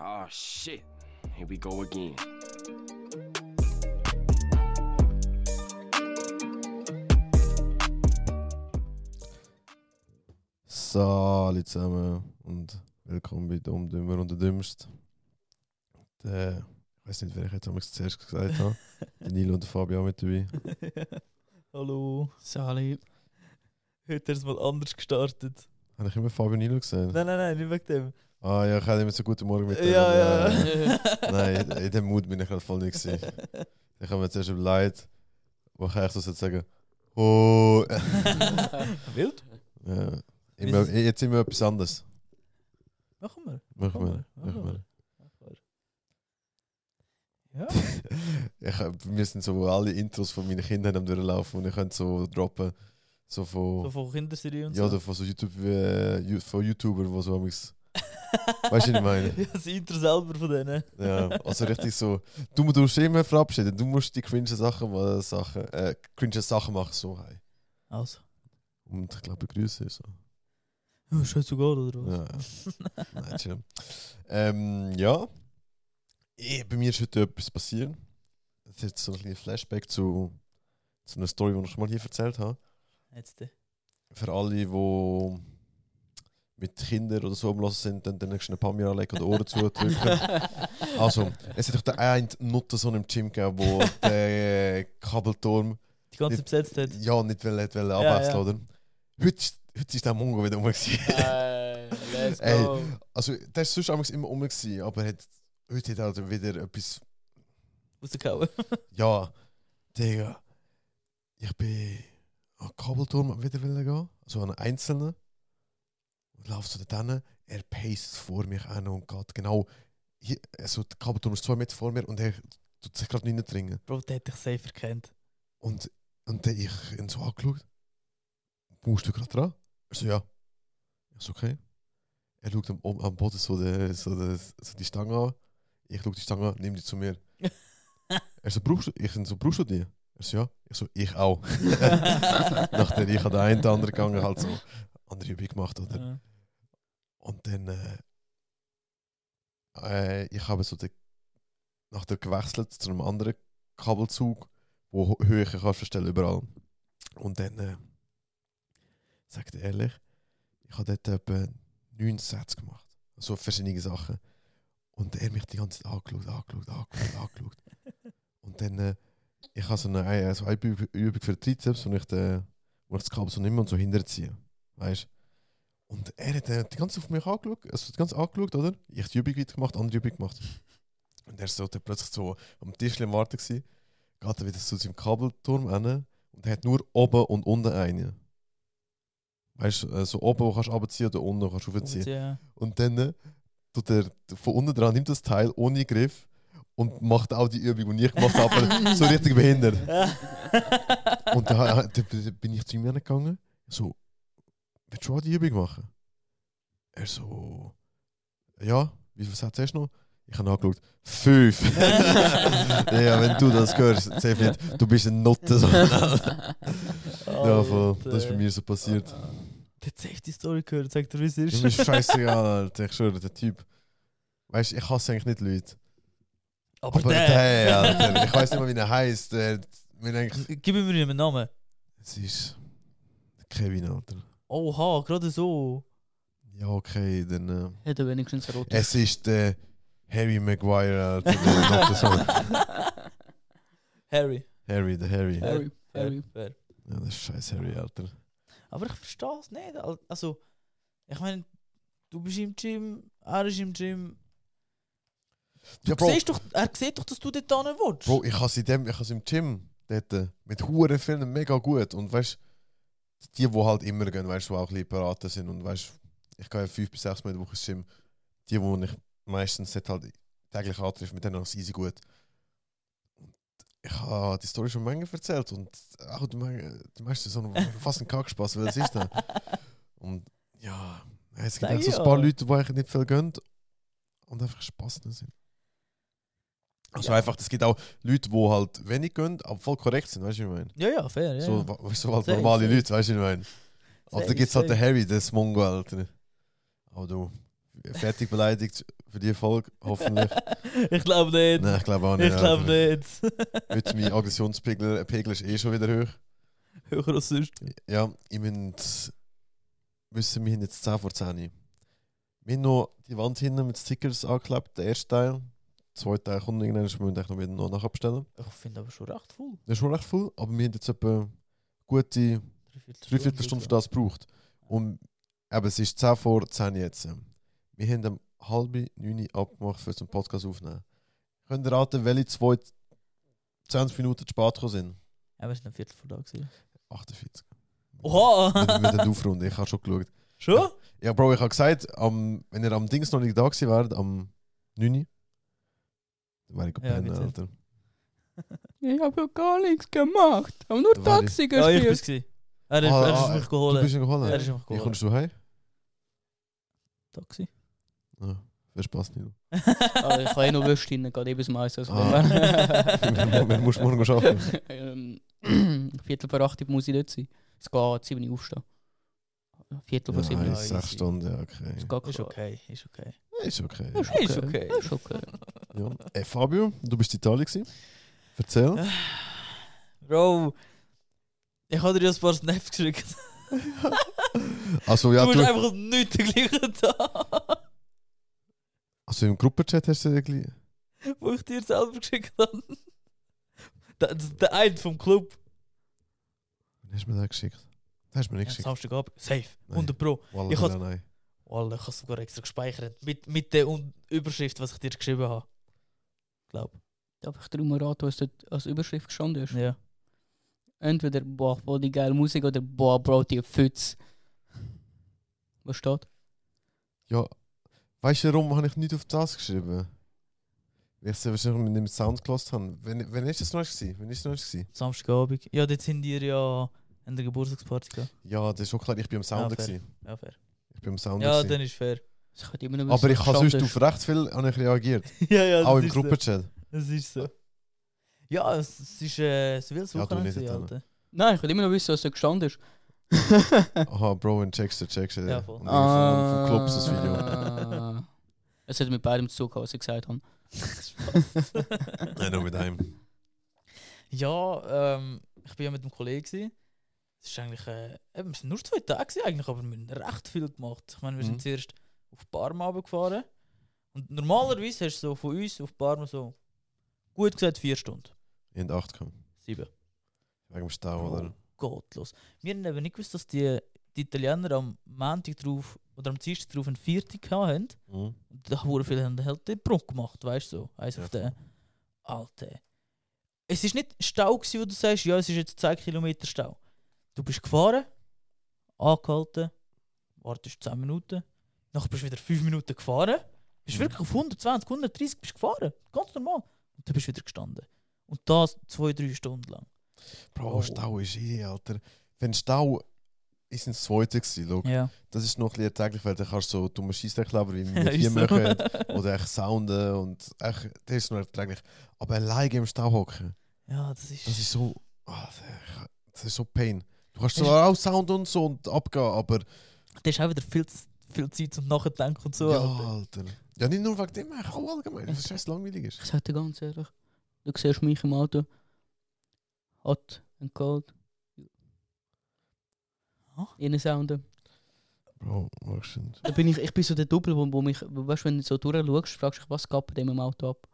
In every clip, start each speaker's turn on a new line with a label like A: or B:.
A: Oh shit. Here we go again.
B: Salut zusammen und willkommen bei Dumm, Dümmer und der Dümmste. Der, ich weiß nicht, wer ich jetzt am zuerst gesagt habe. Der Nilo und der Fabio auch mit dabei.
C: Hallo.
D: Sali.
C: Heute hast du mal anders gestartet.
B: Habe ich immer Fabio Nilo gesehen?
C: Nein, nein, nein, nicht wegen dem.
B: Ah ja, ich habe immer so guten Morgen mit
C: Ja, ja,
B: äh,
C: ja.
B: Nein, in dem Mut bin ich gerade voll nicht gewesen. Ich habe mir zuerst überlegt, wo kann ich das jetzt sagen? Oh.
C: Wild?
B: ja. immer, jetzt immer etwas anderes.
C: Machen wir.
B: Machen wir.
C: Machen wir.
B: Machen wir.
C: Machen wir. Ja.
B: Ich, hab- wir sind so alle Intros von meinen Kindern am durchlaufen und ich könnte so droppen. So von.
C: So von Kinderserie und
B: Oh. ja,
C: so.
B: oder von so YouTube, äh, Ju- von YouTubern, die so amix. Weißt du, was ich meine?
C: Ja, das Intro selber von denen.
B: Ja, also richtig so. Du musst dich immer verabschieden. Du musst die cringe Sachen mal Sachen, äh, cringe Sachen machen so. Hey.
C: Also.
B: Und ich glaube Grüße so.
C: Ja, Schön zu gehen, oder was?
B: Ja. Nein, chill. Ähm, ja. Eh, bei mir ist heute etwas passiert. Es ist jetzt so ein kleiner Flashback zu, zu einer Story, die ich schon mal hier erzählt habe.
C: Jetzt. äh,
B: für alle, die mit Kindern oder so am Hören sind, dann den nächsten Pamir anlegen oder Ohren zudrücken. also, es hat doch den einen Nutter so im Gym gegeben, wo der Kabelturm
C: Die ganze
B: Die-
C: besetzt hat.
B: ja nicht will, hat will
C: Ja,
B: abwechseln,
C: ja.
B: oder? Heute, ist- heute ist der Mongo wieder rum. gewesen.
D: Hey, Eh, let's
B: Ey.
D: go.
B: also, der ist sonst manchmal immer rum, gewesen, aber hat, heute hat er dann wieder etwas.
C: Rausgehauen.
B: Ja, Digga, ich bin an den Kabelturm wieder will gehen, also an einen einzelnen. Und lauf zu denen, er paced vor mich an und geht genau. Hier, also der Kabelturm ist zwei Meter vor mir und er tut sich gerade nicht dringen.
C: Bro, der hat dich safe erkannt.
B: Und, und dann ich ihn so angeschaut. Musst du gerade dran? Er so, ja. Ich so, okay. Er schaut am, am Boden so, der, so, der, so die Stange an. Ich schaue die Stange an, nimm die zu mir. er so, brauchst du, ich so, brauchst du die? Er so, ja. Ich so, ich auch. Nachdem ich an den einen oder anderen gegangen halt so andere Übung gemacht, oder?
C: Ja.
B: Und dann, äh, äh, ich habe so den, nachher gewechselt zu einem anderen Kabelzug, wo ho- Höhe kann verstellen überall. Und dann, äh, sagt er ehrlich, ich habe dort etwa neun Sätze gemacht. So verschiedene Sachen. Und er mich die ganze Zeit angeschaut, angeschaut, angeschaut, angeschaut. Und dann, äh, ich habe so eine, äh, so eine Üb- Übung für Trizeps, wo ich, den, wo ich das Kabel so nehme und so hinterziehe. Weißt und er hat äh, die ganze Zeit auf mich angeschaut, also die ganze Zeit angeschaut, oder? Ich habe die Übung weiter gemacht, andere Übung gemacht. Und er ist so dann plötzlich so am Tisch im Warten gewesen, geht er wieder zu seinem Kabelturm hin und er hat nur oben und unten einen. Weißt du, äh, so oben wo kannst du runterziehen oder unten wo kannst du raufziehen.
C: Ja.
B: Und dann äh, tut er von unten dran, nimmt das Teil ohne Griff und macht auch die Übung, die ich gemacht habe, aber so richtig behindert. Und da, da da bin ich zu ihm gegangen. So, willst du auch die Übung machen? Er so, ja, wie viel Sätze hast du noch? Ich habe angeschaut, fünf. ja, wenn du das hörst, safe nicht, du bist ein Nutte. So. ja, voll. Das ist bei mir so passiert.
C: Der hat safe die Story gehört, sagt er, wie es ist.
B: Das ist scheißegal, Alter. Ich schwöre, der Typ. Weißt du, ich hasse eigentlich nicht Leute.
C: Aber,
B: Aber
C: der.
B: der, Alter, ich weiß nicht mal, wie er heißt. Der, mir denkt,
C: Gib mir mal einen Namen.
B: es ist Kevin, Alter.
C: Oha, gerade so.
B: Ja, okay, dann. Äh,
D: Hätte wenigstens rot.
B: Es ist der Harry Maguire, Alter. der macht das so.
C: Harry.
B: Harry, der Harry. Ja,
D: Harry, Harry.
C: Fair.
B: der scheiß Harry, Alter.
C: Aber ich verstehe es nicht. Al- Also, ich meine, du bist im Gym, er ist im Gym.
B: Ja,
C: Du
B: Bro,
C: siehst doch, er sieht doch, dass du dort hin willst.
B: Bro, ich has in dem, ich has im Gym dort äh, mit huren Filmen mega gut und weißt die, wo halt immer gehen, weißt du, auch ein bisschen beraten sind und weißt ich gehe ja fünf bis sechs Mal in der Woche ins Gym. Die, wo ich meistens dort halt täglich antreffe, mit denen ist easy gut. Und ich habe die Story schon Menge erzählt und auch die, Menge, die meisten sind fast ein Kackspaß, weil es ist da. Und ja, es gibt
C: Sag
B: auch so
C: ja.
B: ein paar Leute, die eigentlich nicht viel gehen und einfach Spaß nicht sind. Also einfach, es gibt auch Leute, die halt wenig gehen, aber voll korrekt sind, weißt du, wie ich meine?
C: Ja, ja, fair. Ja,
B: So,
C: ja.
B: wa- so halt
C: Safe,
B: normale
C: safe.
B: Leute, weißt du, wie ich meine? Aber da halt
C: Safe,
B: gibt es halt
C: safe.
B: den Harry, den Mongo, Alter. Aber du, fertig beleidigt für die Folge, hoffentlich.
C: ich glaube nicht.
B: Nein, ich glaube auch nicht.
C: ich glaube
B: aber
C: nicht.
B: Heute mein Aggressionspegel Pegel ist eh schon wieder hoch.
C: Höher als sonst.
B: Ja, ich müsst- müssen wir haben jetzt 10 vor 10 Uhr. Wir haben noch die Wand hinten mit Stickers angeklebt, der erste Teil. Der zweite Teil kommt irgendwann, wir müssen eigentlich noch wieder noch nachbestellen.
C: Ich finde aber schon recht voll.
B: Das ist schon recht viel, aber wir haben jetzt etwa gute drei Viertelstunden für das gebraucht. Und eben, es ist 10 vor 10 Uhr jetzt. Wir haben um halb 9 Uhr abgemacht, für zum Podcast aufnehmen. Könnt ihr raten, welche zwei 20 Minuten zu spät gekommen sind?
C: Ja, wir sind ein Viertel vor da gewesen.
B: 48. Mit, mit
C: Oha!
B: der Aufrunde, ich habe schon geschaut.
C: schon?
B: Ja, Bro, ich habe gesagt, am, wenn ihr am Dings noch nicht da gewesen wärt, am 9. Uhr, Dann wäre ich
C: Ja,
B: gepennt,
C: geht's nicht.
B: Alter.
E: Ich habe ja gar nichts gemacht. Ich habe nur
B: Warte.
E: Taxi
C: Ja, Ah, ich
E: gespielt.
C: bin's gewesen. Er, ist-
B: Ah,
C: er
B: ah,
C: ist mich
B: Du bist
C: geholt.
B: ihn
C: Er
B: geholt?
C: ist mich
B: Wie
C: geholt.
B: kommst du heim?
C: Taxi.
B: Ah, viel Spaß, Nino.
E: Ah, ich kann eh noch Würste rein, gerade eben zum Eis. Also
B: Ah. Man muss morgen arbeiten.
E: ähm, Viertel vor acht Uhr muss ich dort sein. Es geht, sieben Uhr aufstehen. Viertel vor
B: Ja,
E: sieben
B: nein,
E: Uhr.
C: nice.
B: sechs Stunden, ja, okay.
E: Es geht
C: Ist
E: klar.
C: okay, ist okay.
B: Ist okay.
E: Ist okay. Ist okay.
B: Ja. Ey, Fabio, du bist in Italien gewesen. Erzähl.
C: Bro, ich habe dir ja ein paar Snaps geschickt.
B: Also, ja,
C: du bist
B: du,
C: einfach nicht der gleiche da,
B: also im Gruppenchat hast du dir gleich...
C: wo ich dir selber geschickt habe. Der, der- der eine vom Club.
B: Wann hast du mir den geschickt? Den hast du mir nicht
C: Ja,
B: geschickt.
C: Samstagabend, safe,
B: Nein.
C: 100 Pro.
B: Wallah,
C: Ich hab-
B: ja, nein.
C: Wallah, ich habe es sogar extra gespeichert. Mit, mit der Un Überschrift, was ich dir geschrieben habe. Glaub.
E: Darf ich dir mal raten, was dort als Überschrift gestanden ist?
C: Ja.
E: Entweder «Boah, voll die geile Musik» oder «Boah, Bro, die Pfütze». Was steht?
B: Ja, weißt du, warum habe ich nicht auf das geschrieben? Weil ich es wahrscheinlich mit dem Sound gelassen habe. Wenn, wenn ist das noch nicht gewesen? Wenn ist das noch nicht gewesen?
C: Samstagabend. Ja, dort sind ihr ja an der Geburtstagsparty gegangen.
B: Ja, das ist schon klar, ich bin am Sound.
C: Ja, fair.
B: gewesen.
C: Ja, fair.
B: ich bin am Sound.
C: Ja,
B: gewesen.
C: dann ist fair.
E: Ich könnte immer noch
B: Aber
E: wissen,
B: ich
E: was
B: habe sonst
E: gestanden
B: auf recht viel an euch reagiert.
C: ja, ja,
B: Auch
C: das
B: im
C: ist so.
B: Gruppenchat.
C: Das ist so. Ja, es, es ist äh, es wildes
B: Ja, du
C: Wochenende,
B: nicht,
C: gewesen,
B: dann.
C: Alter.
E: ist. Nein, ich könnte immer noch wissen, was da gestanden ist.
B: Aha, Bro, und checkst du, checkst du.
C: Ja, voll.
B: Und vom, vom Clubs das Video.
E: Ah. Es hat mit beidem zu tun, gehabt, was ich gesagt habe.
B: Nein, nur mit einem.
C: Ja, ähm, ich bin ja mit einem Kollegen. gewesen. Es ist eigentlich, äh, eben, es sind nur zwei Tage gewesen eigentlich, aber wir haben recht viel gemacht. Ich meine, wir
B: Mhm.
C: sind zuerst auf Parma gefahren und normalerweise hast du so von uns auf Parma so gut gesagt vier Stunden,
B: In der 8 gekommen.
C: sieben.
B: Wegen dem Stau, oder?
C: Gottlos. Wir haben eben nicht gewusst, dass die, die Italiener am Montag drauf oder am Dienstag drauf einen Viertag gehabt haben.
B: Mhm.
C: Und da wurden viele haben halt den Brunnen gemacht, weißt du? So. Eins
B: Ja.
C: auf den alten. Es ist nicht Stau, gewesen, wo du sagst, ja, es ist jetzt 10 Kilometer Stau. Du bist gefahren, angehalten, wartest 10 Minuten, nachher bist du wieder 5 Minuten gefahren, bist
B: Mhm.
C: wirklich auf 120, 130 bist gefahren, ganz normal. Und dann bist du wieder gestanden. Und das 2-3 Stunden lang.
B: Bro, Stau ist eh, Alter. Wenn Stau ist ins zweite gewesen, schau.
C: Ja.
B: Das ist noch ein bisschen täglich, weil dann kannst du so dumme Scheissdreckleber wie
C: Ja,
B: wir
C: ist
B: hier
C: so.
B: machen. Oder echt sounden und echt, das ist noch erträglich. Aber allein im Stau hocken,
C: Ja, das ist.
B: das ist so. ah, Das ist so Pain. Du kannst
C: Ist-
B: zwar auch Sound und so und abgehen, aber.
C: das ist auch wieder viel, zu- viel Zeit zum Nachdenken und so.
B: ja,
C: Alter.
B: Alter. Ja, nicht nur wegen dem, ich auch allgemein, weil es scheiß langweilig ist.
E: Ich sage dir ganz ehrlich, du siehst mich im Auto. Hot and cold.
C: Ah.
E: In Sound.
B: Bro, machst du
E: Da bin ich, ich bin so der Double, wo, wo mich, wo- weißt du, wenn du so durchschaust, fragst du dich, was geht bei dem im Auto ab?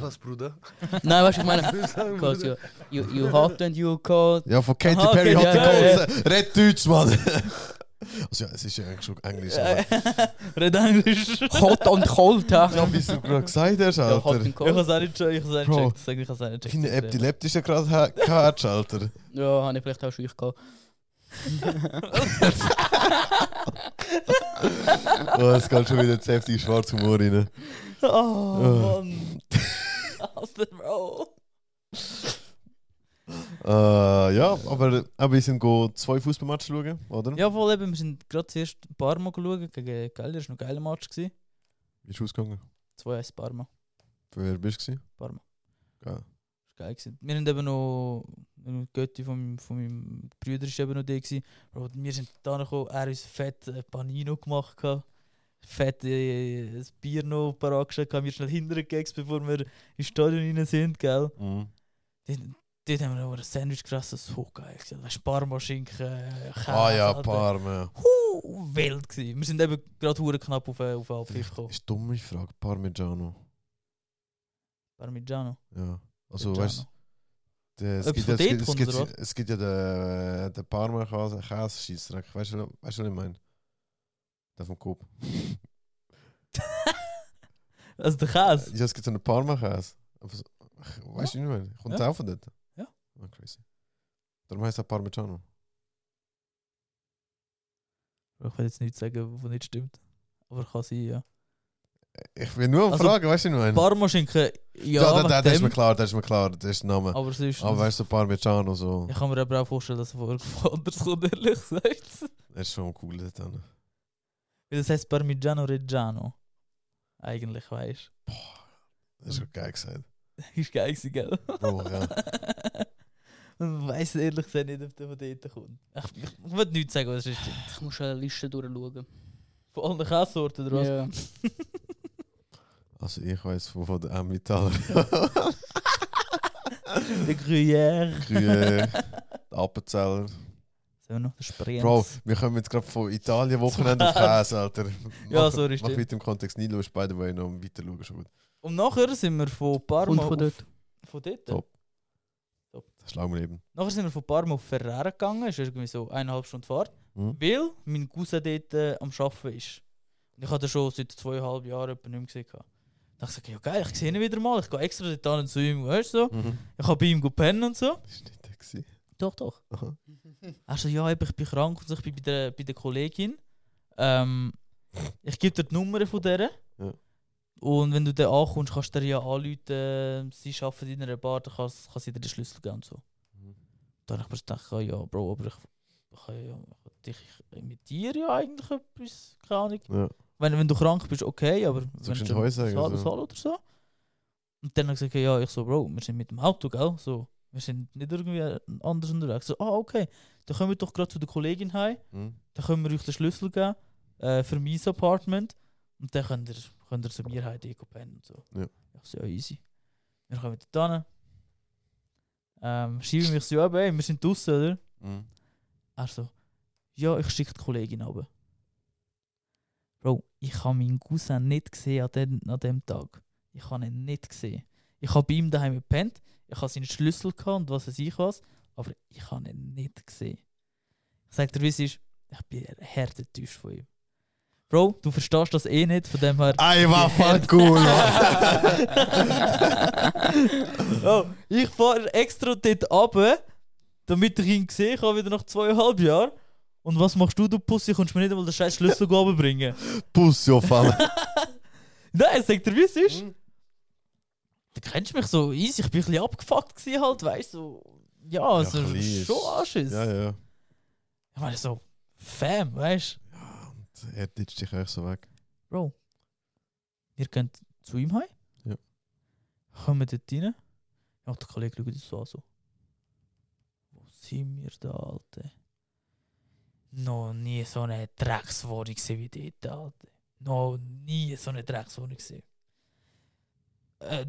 F: Was, Bruder?
E: Nein, weißt du, ich meine, because you, you, you hot and you cold.
B: Ja, von Katy
C: Aha,
B: Perry
C: Ah, okay,
B: hat die
C: ja, ja.
B: Kunst. Red Deutsch, Mann! also, ja, es ist ja eigentlich schon Englisch. aber-
C: Äh, Red Englisch.
E: Hot and cold, ja.
B: Ja, wie du gerade gesagt hast,
E: Ja, hot
B: Alter.
C: Ich
E: and
C: habe
E: cold.
C: es auch nicht gecheckt, ich habe es
B: Bro.
C: auch nicht gecheckt. Sag, Ich habe es auch nicht
B: Ich
C: gecheckt.
B: bin epileptisch gerade gehabt, Alter.
E: Ja, habe ich vielleicht auch schon ich gehabt.
B: Oh, es geht schon wieder zu heftig schwarz Humor rein.
C: Oh, Mann. Alter, Bro.
B: Äh, ja, aber, aber wir sind go zwei Fußballmatches schauen, oder?
C: Ja, voll eben, wir sind gerade zuerst Parma geschaut gegen Geil, das war noch ein geiler Match. gewesen.
B: Wie ist ausgegangen?
C: 2-1 Parma.
B: Für wer bist du? gewesen?
C: Parma.
B: Geil.
C: Ist geil gewesen. Wir haben eben noch Und die Götti von meinem, von meinem Bruder war eben noch da. Gewesen. Bro, wir sind da gekommen, er hat uns fett äh, Panino gemacht. gehabt. Fett äh, ein Bier noch parat gestellt. gehabt. Wir schnell hintergegangen, bevor wir ins Stadion rein sind, gell?
B: Mhm.
C: Dort, dort haben wir noch ein Sandwich gefressen, so geil. gewesen. Sparmaschinken, äh, Käse.
B: Ah ja,
C: Alter.
B: Parme.
C: Huh, wild gewesen. Wir sind eben gerade hure knapp auf, äh, auf halb fünf
B: Vielleicht
C: gekommen.
B: ist dumme Frage. Parmigiano.
C: Parmigiano.
B: Ja. Also,
C: Parmigiano.
B: weißt du, es
C: Ob
B: gibt,
C: es
B: ja-
C: von
B: es gibt, es
C: dort
B: gibt,
C: kommt, oder
B: es gibt ja den, den Parma Käsescheissdreck. Weißt du, weißt du, was ich meine? Der vom Coop.
C: Also der Käse.
B: Ja, es gibt so einen Parma Käse. Weißt du, wie ich meine? Kommt
C: Ja.
B: auch von dort?
C: Ja.
B: Ah, crazy. Darum heißt er Parmigiano.
C: Ich will jetzt nichts sagen, was nicht stimmt. Aber kann sein, ja.
B: Ich will nur
C: Also,
B: fragen, weißt du, wie ich meine?
C: Parmaschinken, ja,
B: ja, da, da,
C: wegen
B: das ist
C: dem,
B: mir klar, das ist mir klar, das ist der Name.
C: aber sonst...
B: Aber weißt du, Parmigiano, so.
C: ich kann mir aber auch vorstellen, dass er von irgendwo anders kommt, ehrlich gesagt.
B: Das ist schon cool, das dann.
C: Weil das heisst Parmigiano Reggiano. Eigentlich, weißt
B: Das
C: Mhm.
B: ist schon geil gesagt.
C: du. Ist geil gewesen, gell?
B: Bro, ja.
C: Man weiss ehrlich gesagt nicht, ob der von dort kommt. Ich, ich, ich will nichts sagen, was es stimmt.
E: Ich muss schon eine Liste durchschauen.
C: Von allen Käsesorten, oder was?
E: Ja.
B: Also, ich weiß, wovon der Emily Thaler.
C: Der Gruyère.
B: Gruyère, der Appenzeller.
C: Sind wir noch? Der Sprenz.
B: Bro, wir kommen jetzt gerade von Italien Wochenende auf Käse, Alter.
C: Ja,
B: Mach-
C: sorry,
B: Mach
C: stimmt.
B: mit dem Kontext nicht los, by the way, noch weiter schauen, schon gut.
C: Und nachher sind wir von Parma
E: Kommt von
C: auf-
E: dort.
C: Von dort?
B: Top. Das schlagen wir eben.
C: Nachher sind wir von Parma auf Ferrara gegangen, ist irgendwie so eineinhalb Stunden Fahrt,
B: Hm?
C: weil mein Cousin dort äh, am Arbeiten ist. Und ich hatte schon seit zweieinhalb Jahren jemanden nicht mehr gesehen. gehabt. Dann habe ich gesagt, ja geil, ich sehe ihn wieder mal, ich gehe extra dort hin und zu ihm, weißt du so.
B: Mhm.
C: Ich habe bei ihm gepennt und so.
B: Das war nicht der. Gewesen.
C: Doch, doch.
B: Aha.
C: Er so, ja, eben, ich bin krank und so, ich bin bei der, bei der Kollegin. Ähm, ich gebe dir die Nummer von der.
B: Ja.
C: Und wenn du dann ankommst, kannst du dir ja anrufen, sie arbeitet in einer Bar, dann kann, kann sie dir den Schlüssel geben und so. Dann habe ich mir so gedacht, ah, ja, Bro, aber ich, ich, habe ja, ich, ich mit dir ja eigentlich etwas, keine Ahnung.
B: Ja.
C: Wenn, wenn du krank bist, okay, aber wenn
B: kannst
C: schon
B: Heu sagen,
C: Sal-
B: so.
C: Sal oder so. Und dann habe ich gesagt, ja, ich so, Bro, wir sind mit dem Auto, gell? So, wir sind nicht irgendwie anders unterwegs. So, ah, okay, dann kommen wir doch gerade zu der Kollegin heim,
B: Hm?
C: dann können wir euch den Schlüssel geben äh, für mein Apartment und dann könnt ihr, könnt ihr zu mir heim Deko pennen und so.
B: Ja.
C: Ich so, ja, easy. Dann kommen wir dort hin. Ähm, schiebe mich so, ja, ey, wir sind draußen, oder?
B: Hm?
C: Er so, Also, ja, ich schicke die Kollegin runter. Bro, ich habe meinen Cousin nicht gesehen an dem, an dem Tag. Ich habe ihn nicht gesehen. Ich habe bei ihm daheim gepennt, ich habe seinen Schlüssel gehabt und was weiß ich was, aber ich habe ihn nicht gesehen. Ich sage dir, wie es ist, ich bin herdentäuscht von ihm. Bro, du verstehst das eh nicht, von dem her...
B: Ey, war voll cool,
C: oh, ich fahre extra dort runter, damit ich ihn gesehen habe, wieder nach zweieinhalb Jahren. Und was machst du, du Pussy? Kommst mir nicht einmal den scheiß Schlüssel runterbringen?
B: Pussy auf alle.
C: Nein, sagt er, wie es ist.
B: Mhm.
C: Du kennst mich so easy, ich bin ein bisschen abgefuckt gewesen halt, weißt du. so, Ja, also
B: ein bisschen.
C: schon Anschiss.
B: Ja, ja.
C: Ich meine so, Fam, weißt du.
B: Er ditcht dich echt so weg.
C: Bro, wir gehen zu ihm heim.
B: Ja.
C: Kommen dort rein. Ja, der Kollege schaut uns so an. So. Wo sind wir da, Alte? Noch nie so eine Dreckswohnung gesehen wie dort, Alte. Noch nie so eine Dreckswohnung gesehen. Äh,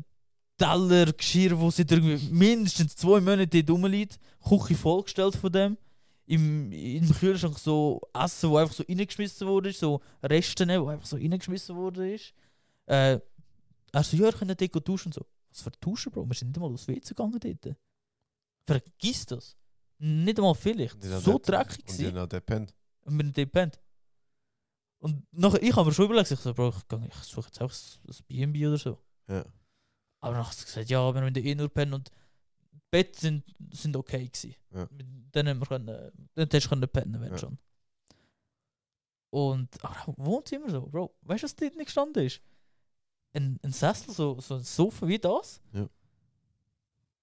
C: Teller, Geschirr, wo seit irgendwie mindestens zwei Monate dort rumliegt. Küche vollgestellt von dem. Im, Im Kühlschrank so Essen, wo einfach so reingeschmissen wurde, so Resten, wo einfach so reingeschmissen wurde. Ist. Äh, er so, ja, ihr könnt dort duschen und so. Was für Duschen, Bro? Wir sind nicht mal aufs WC gegangen dort. Vergiss das. Nicht einmal vielleicht. So dreckig
B: Und
C: gewesen.
B: die halt haben dort gepennt.
C: Und wir haben dort gepennt. Und nachher, ich habe mir schon überlegt, ich so, Bro, ich, gang- ich suche jetzt auch ein B&B oder so.
B: Ja.
C: Aber dann hat sie gesagt, ja, wir haben eh nur pennen und Bett sind, sind okay gewesen.
B: Ja.
C: Mit denen haben wir können, äh, dann hättest du können pennen, wenn
B: Ja.
C: schon. Und, aber auch Wohnzimmer so, Bro, weißt du, was dort nicht gestanden ist? Ein, ein Sessel, so, so ein Sofa wie das.
B: Ja.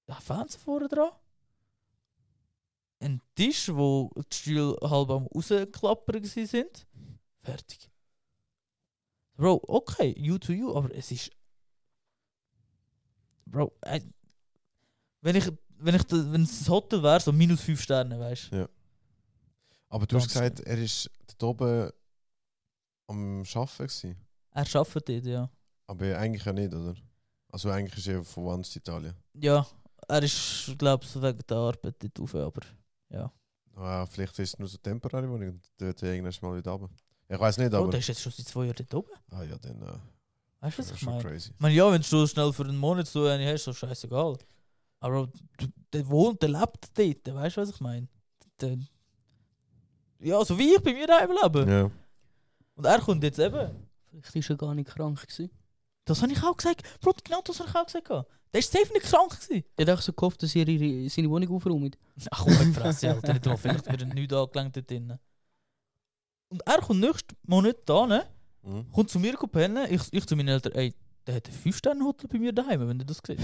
C: Ein Fernseher vorne dran. Ein Tisch, wo die Stühle halb am rausklappern gewesen sind. Fertig. Bro, okay, you to you, aber es ist Bro, äh, wenn ich wenn ich da- wenn es ein Hotel wäre, so minus 5 Sterne, weißt du.
B: Aber du hast
C: Ganz
B: gesagt, er ist dort oben am Arbeiten gewesen.
C: Er arbeitet dort, ja.
B: Aber eigentlich ja nicht, oder? Also eigentlich ist er von Wanst Italien.
C: Ja, er ist, glaube ich, wegen der Arbeit dort auf, aber
B: Ah, vielleicht ist es nur so temporäre Wohnung und dann wird er irgendwann mal wieder runter. Ich weiß nicht, aber.
C: oh, der ist jetzt schon seit zwei Jahren dort oben.
B: ah ja, dann. Äh,
C: Weißt du, was
B: schon-
C: ich
B: schon
C: meine?
B: crazy.
C: Ich meine, ja, wenn du so schnell für einen Monat so eine hast, so scheißegal. Aber du- der wohnt, der lebt dort, weißt du, was ich meine? Der- Ja, so wie ich bei mir daheim lebe.
B: Ja.
C: Und er kommt jetzt eben.
E: Vielleicht war er gar nicht krank. Gewesen.
C: Das habe ich auch gesagt. Bro, genau das habe ich auch gesagt. Der war safe nicht krank. Gewesen.
E: Ich dachte so gehofft, dass ihr ihre, seine Wohnung aufräumt.
C: Ach komm, ich fresse, Alter. Nicht drauf. Vielleicht wird er nichts angelangt dort drinnen. Und er kommt nächsten Monat da, ne?
B: Mhm.
C: kommt zu mir pennen, ich, ich zu meinen Eltern, ey, der hat ein 5-Sterne-Hotel bei mir daheim, wenn du das siehst.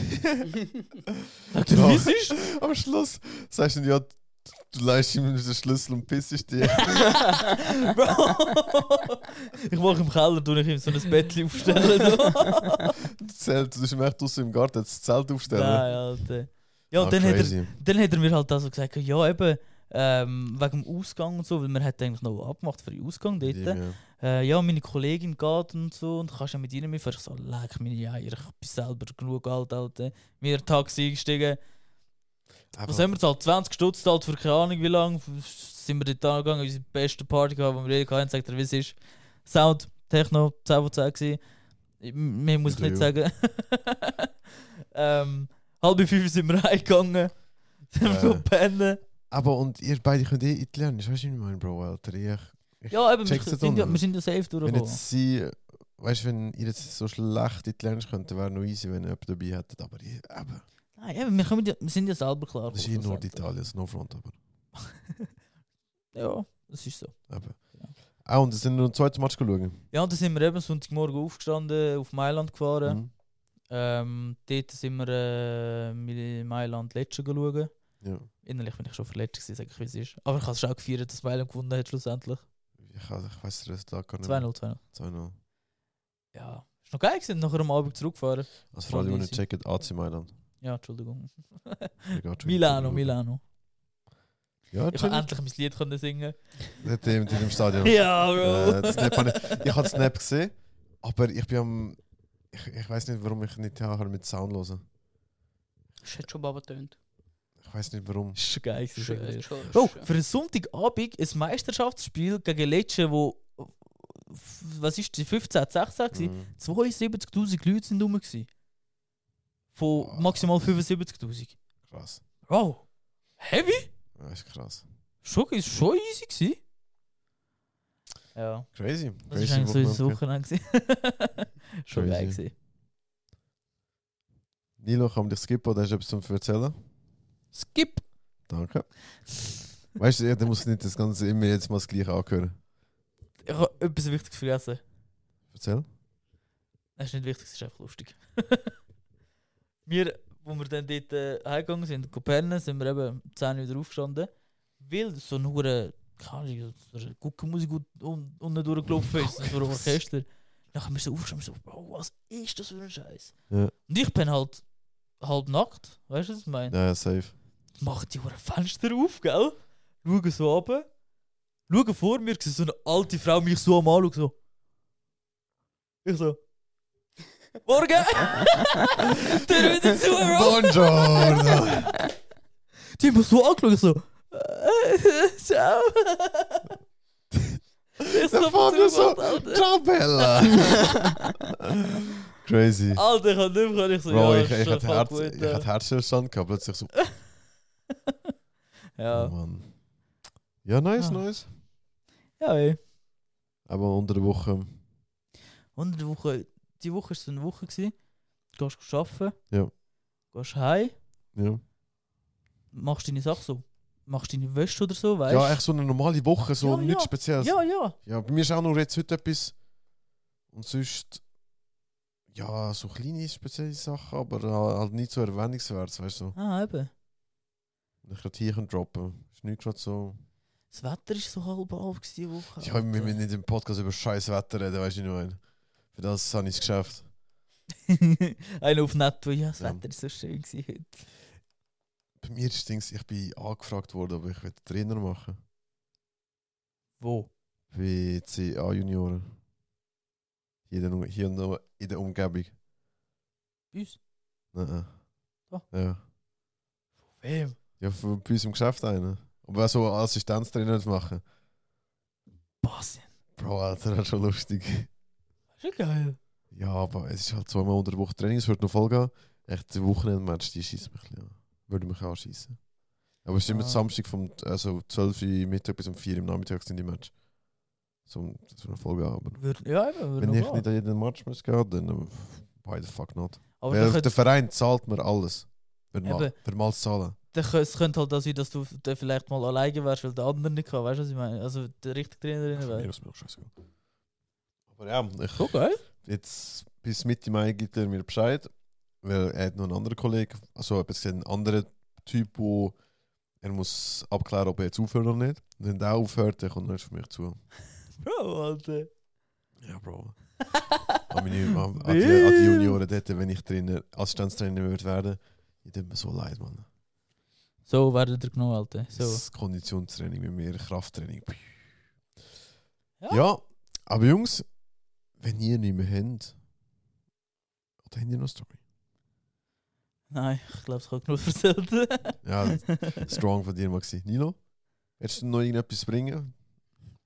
C: Sagt er,
B: Ja.
C: wie es ist?
B: Am Schluss sagst du, ja, du leist ihm den Schlüssel und pissest dich.
C: Bro! ich mache im Keller, tue ich ihm so ein Bettchen aufstellen. So.
B: Das Zelt, du bist ihm echt draußen im Garten, das Zelt aufstellen. Ah,
C: Nein, Alter. Ja, und dann, hat er, dann hat er mir halt also gesagt, ja eben, ähm, wegen dem Ausgang und so, weil man hat eigentlich noch abgemacht für den Ausgang dort.
B: Ja.
C: äh, ja, meine Kollegin geht und so und kannst ja mit ihnen mitfahren. Ich so, leck meine Eier, ich bin selber genug alt, Alter. Mir ein Taxi eingestiegen. Was haben wir gezahlt? 20 Stutz gezahlt für keine Ahnung wie lange. Sind wir dort angegangen, unsere beste Party gehabt, die wir je hatten. Sagt er, wie es ist. Sound, Techno, 10 von 10 gewesen. Ich- Mehr muss ich nicht
B: Ja.
C: sagen. ähm, halb fünf sind wir heimgegangen. Sind wir
B: Äh.
C: gegangen pennen.
B: Aber und ihr beide könnt eh Italienisch, weißt du, wie ich meine, Bro, Alter? Ich,
C: Ja, eben, wir
B: check's jetzt
C: sind ja,
B: an.
C: wir sind ja safe
B: wenn
C: durchgekommen.
B: jetzt sie, weißt du, wenn ihr jetzt so schlecht Italienisch könnt, dann wäre noch easy, wenn ihr jemanden dabei hättet. Aber ich, eben,
C: Nein, eben, wir, kommen ja, wir sind ja selber klar.
B: das ist eh
C: geworden,
B: Norditalien, Snowfront, aber
C: Ja, das ist so.
B: eben.
C: Ja.
B: Ah, und es sind nur ein zweites Match geschaut.
C: Ja, und dann sind wir eben Sonntagmorgen aufgestanden, auf Mailand gefahren.
B: Mhm.
C: Ähm, dort sind wir äh, in Mailand letzte schauen.
B: Ja.
C: Innerlich bin ich schon verletzt, gewesen, sag ich, wie es ist. Aber ich habe es auch gefeiert, dass Mailand gewonnen hat schlussendlich.
B: Ich, kann- ich weiß den Resultat gar nicht. mehr.
C: 2-0, 2-0.
B: 2-0.
C: Ja, ist noch geil gewesen, nachher am Abend zurückgefahren.
B: Also für
C: Voll
B: alle, die nicht
C: easy.
B: checken, AC Mailand.
C: Ja, Entschuldigung.
B: Egal, schon
C: Milano,
B: schauen.
C: Milano.
B: Ja,
C: Ich habe
B: Entschuldigung.
C: endlich mein Lied können singen.
B: Nicht in dem Stadion.
C: Ja,
B: Äh, das Snap
C: Bro.
B: habe ich ich habe Snap gesehen, aber ich bin am. Ich, ich weiß nicht, warum ich nicht nachher mit Sound höre.
E: Das hat schon Baba tönt.
B: Ich weiß nicht warum.
C: Ist Oh! schon geil gewesen. sag ich dir. Bro,
E: Bro,
C: für einen Sonntagabend ein Meisterschaftsspiel gegen Lecce, wo f- was ist die 15, 16 gewesen?
B: Mhm.
C: 72.000 Leute sind rum. Gewesen. Von
B: Wow.
C: maximal 75.000.
B: Krass.
C: Wow. Heavy?
B: Ja, ist krass.
C: Schon, ist schon easy gewesen. Ja.
B: Crazy.
C: Das
B: Crazy
C: war eigentlich so
B: Wochenende.
C: unser Wochenende. gewesen. schon geil
B: Crazy.
C: gewesen.
B: Nilo, kann man dich skippen oder hast du etwas zum erzählen?
C: Skip.
B: Danke. Weißt du, ja, dann muss nicht das Ganze immer jetzt mal das Gleiche anhören.
C: Ich habe etwas Wichtiges vergessen.
B: Erzähl.
C: Das ist nicht wichtig, es ist einfach lustig. wir, wo wir dann dort äh, heimgegangen sind, Kopernen, sind wir eben um 10 Uhr wieder aufgestanden, weil so eine hure keine Ahnung, so eine Guckenmusik un- un- unten durchgelaufen ist, so ein Orchester. Dann haben wir so aufgestanden und so, Bro, was ist das für ein Scheiß?
B: Ja.
C: Und ich bin halt halb nackt, weißt du, was ich meine?
B: Ja, ja, safe.
C: machen die hohen Fenster auf, gell? Schauen so runter. Schauen vor mir, sehe so eine alte Frau mich so am Anschauen, so. Ich so. Morgen! Tür wieder zu, Bro!
B: Buongiorno!
C: Die haben mich so angeschaut, ich so. äh, Ciao! Ich
B: Der Vater so.
C: Alter,
B: Ciao, Bella! Crazy.
C: Alter, ich hab nicht mehr, können. ich so.
B: Bro,
C: Also, ja,
B: ich,
C: ist
B: ich
C: schon
B: hatte
C: voll
B: Herz,
C: gut,
B: ich
C: äh.
B: hatte Herzstillstand gehabt, plötzlich so. Oh,
C: Ja.
B: Mann. Ja, nice,
C: Ah.
B: nice.
C: Ja, ey.
B: Aber unter der Woche.
C: Und die Woche, die Woche war so eine Woche. Gewesen. Du gehst arbeiten.
B: Ja.
C: Gehst heim.
B: Ja,
C: machst deine Sache so. Machst deine Wäsche oder so, weißt
B: ja echt so eine normale Woche, so
C: Ja,
B: nichts
C: ja.
B: Spezielles. Ja.
C: Ja, ja.
B: bei mir ist auch nur jetzt heute etwas. Und sonst. Ja, so kleine spezielle Sachen, aber ha- halt nicht so erwähnungswert, weißt du.
C: Ah, eben.
B: Ich kann hier droppen. Ist nicht gerade so.
C: Das Wetter ist so halb halb gewesen die Woche.
B: Ich habe mir nicht im Podcast über scheiß Wetter reden, weißt du, wie ich meine. Für das habe ich es geschafft.
C: mir Einer auf Netto, ja, das
B: Ja.
C: Wetter ist so schön gewesen heute.
B: Bei mir ist das Ding, ich bin angefragt worden, ob ich will Trainer machen
C: Wo?
B: will. Bei CA-Junioren. Hier, in der Um- hier noch in der Umgebung.
C: Bei uns?
B: Nein.
C: Da?
B: Ja.
C: Wem?
B: Ja, von- bei uns im Geschäft einer. Aber auch so Assistenztrainer zu machen.
C: Basen.
B: Bro, Alter, das ist schon lustig.
C: Das ist ja geil.
B: Ja, aber es ist halt zweimal unter der Woche Training, es wird noch voll gehen. Echt, der Wochenendmatch, die schießt mich ein bisschen an. Würde mich auch anschießen. Aber es ist immer
C: Ah.
B: Samstag vom also 12 Uhr Mittag bis um 4 Uhr im Nachmittag sind die Match. So, das wird noch voll gehen. Aber
C: Würde, ja, eben, würde
B: wenn
C: noch
B: ich
C: gehen.
B: nicht an jeden Match muss gehen, dann äh, why the fuck not.
C: Aber
B: Weil
C: dann
B: der
C: könnte,
B: Verein zahlt mir alles. Wird mal,
C: Eben.
B: wird mal zahlen.
C: dann könnte, es könnte halt auch sein, dass du dann vielleicht mal alleine wärst, weil der andere nicht kann. Weißt du, was ich meine? Also der richtige Trainerin
B: Mir
C: wäre.
B: ist mir auch scheißegal. Aber ja, ich
C: So geil.
B: jetzt bis Mitte Mai gibt er mir Bescheid, weil er hat noch einen anderen Kollegen, also ein bisschen einen anderen Typ, wo er muss abklären, ob er jetzt aufhört oder nicht. Und wenn der aufhört, dann kommt er erst auf mich zu.
C: Bro, Alter.
B: Ja, Bro. An, meine, an, an, die, an die Junioren dort, wenn ich Trainer, Assistenztrainer würde werden, ich tut mir so leid, Mann.
C: So werden ihr genommen, Alter. So.
B: Das Konditionstraining mit mir, Krafttraining.
C: Ja.
B: Ja. aber Jungs, wenn ihr nicht mehr habt, oder habt ihr noch eine Story?
C: Nein, ich glaube, ich habe genug erzählt.
B: Ja, Strong von dir mal gewesen. Nino, willst du noch irgendetwas bringen?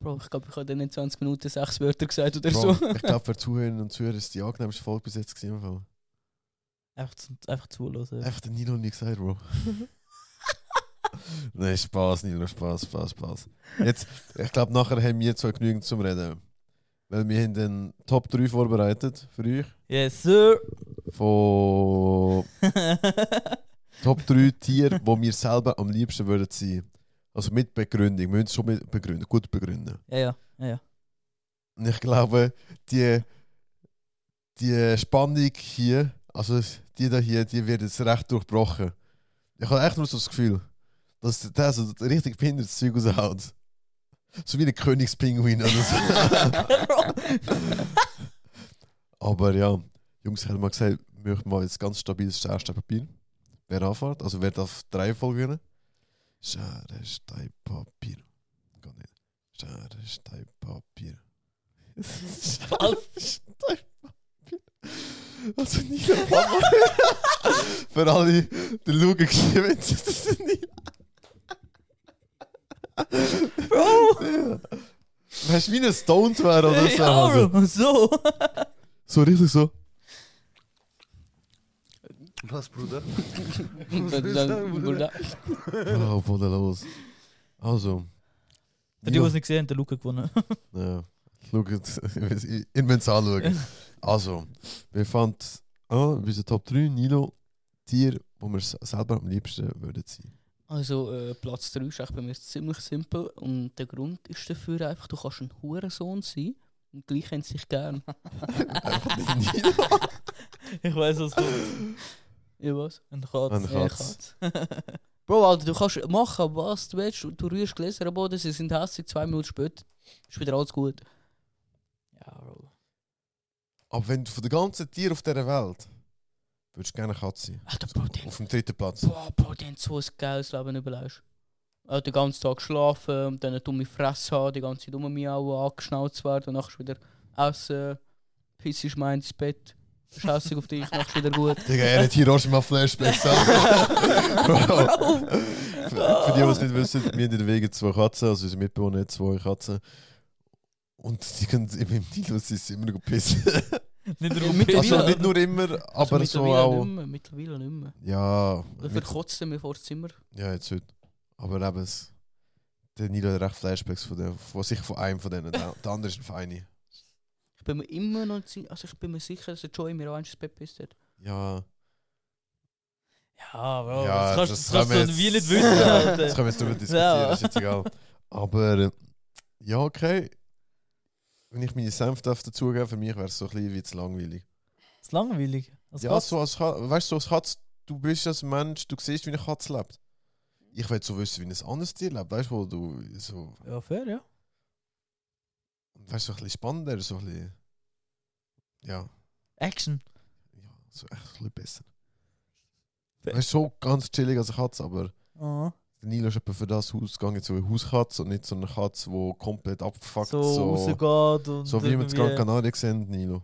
E: Bro, ich glaube, ich habe in den 20 Minuten sechs Wörter gesagt oder
B: Bro,
E: so.
B: ich glaube, für Zuhörerinnen und Zuhörer ist die angenehmste Folge bis jetzt gewesen. im Fall.
C: einfach, zu, einfach zuhören.
B: Einfach den Nino nie gesagt, Bro. Nein, Spaß, Nino, Spaß, Spaß, Spaß. Jetzt, ich glaube, nachher haben wir zwei genügend zum Reden. Weil wir haben den Top 3 vorbereitet für euch.
C: Yes, sir.
B: Von Top 3 Tiere, die wir selber am liebsten würden sein. Also mit Begründung. Wir müssen es schon mit begründen, gut begründen.
C: ja, ja, ja, ja.
B: Und ich glaube, die, die Spannung hier, also die da hier, die wird jetzt recht durchbrochen. Ich habe echt nur so das Gefühl, dass der so richtig behindertes Zeug raushaut. So wie ein Königspinguin oder so. Aber ja, Jungs, ich hätte mal gesagt, wir machen mal jetzt ganz stabiles Scherstein-Papier. Wer anfährt, also wer darf drei Folgen gewinnen? Scherstein-Papier. Gar nicht. Scherstein-Papier. Was? Also Nilo Papa. Für alle, die schauen, geschrieben, das ist Nilo. Bro! Weißt du, wie ein Stoned wäre oder so?
C: ja,
B: Also,
C: Bro. So.
B: so richtig so.
F: Was, Bruder?
E: Da- da- da-
B: Oh, wo denn los? Also.
C: Für die, die es nicht gesehen haben, der Luca gewonnen.
B: Ja. Schaut, ich muss es anschauen. Also, wir fanden ah, unsere Top 3 Nilo Tier, wo wir s- selber am liebsten würden sein.
E: Also äh, Platz 3 ist eigentlich bei mir ziemlich simpel und der Grund ist dafür einfach, du kannst ein Hurensohn sein und gleich haben sie dich gern.
B: Einfach nicht Nilo.
C: ich weiß was kommt.
E: Ja was?
C: Ein Katz.
B: Ein
E: Ja,
B: Katz.
E: Katz. Bro, Alter, du kannst machen, was du willst. Du rührst Gläser am Boden, sie sind hässlich, zwei Minuten später ist wieder alles gut.
C: Ja, Bro.
B: Aber wenn du von den ganzen Tieren auf dieser Welt würdest du gerne eine Katze sein.
E: Alter, Bro, den,
B: Auf dem dritten Platz.
E: boah, Bro, den hat so ein geiles Leben überlebt. Äh, den ganzen Tag schlafen, und dann eine dumme Fresse haben, die ganze Zeit um mich auch angeschnauzt werden, dann nachher wieder essen, pissig mein ins Bett, scheißig auf dich, nachher wieder gut.
B: Digga, er hat Hiroshima Flashbacks. Bro. Für für die, die es nicht wissen, wir haben in der Wege zwei Katzen, also unsere Mitbewohner hat zwei Katzen. Und die können immer im Nilo sie sind immer noch pissen.
C: Nicht der
E: Ja,
C: Luca.
E: Mittlerweile-
B: Also nicht nur immer, aber
E: Also
B: so
E: mittlerweile
B: auch.
E: Nicht mehr, mittlerweile nicht mehr.
B: Ja,
E: Dann
B: mit-
E: verkotzt er mir vor das Zimmer.
B: ja, jetzt heute. Aber eben, es, der Nilo hat recht Flashbacks von, der, von sich von einem von denen. Der, der andere ist von einem.
E: Ich bin mir immer noch nicht si- also ich bin mir sicher, dass der Joey mir auch eins ins Bett pisst hat.
B: Ja,
C: Ja, Bro.
B: ja,
C: das kannst, das kannst
B: können wir
C: du so
B: jetzt-
C: wie nicht wissen,
B: Ja,
C: Alter.
B: Das können wir jetzt drüber diskutieren,
C: Ja.
B: ist jetzt egal. Aber äh, ja, okay. Wenn ich meine Senf darf dazugeben, für mich wäre es so ein bisschen wie zu langweilig.
C: Das ist langweilig. Das
B: ja, so als Katze, weißt du, so als Katze, du bist als Mensch, du siehst, wie eine Katze lebt. Ich will so wissen, wie ein anderes Tier lebt, weißt du, wo du so,
C: ja, fair, ja.
B: weißt, so ein bisschen spannender, so ein bisschen, ja,
C: Action.
B: ja so echt ein bisschen besser. Das ist schon ganz chillig als eine Katze, aber
C: Ah.
B: Nilo ist etwa für das Haus gegangen, so eine Hauskatze und nicht so eine Katze, die komplett abgefuckt
C: So,
B: so,
C: rausgeht und.
B: so wie wir in Gran
C: irgendwie-
B: Canaria sehen, Nilo.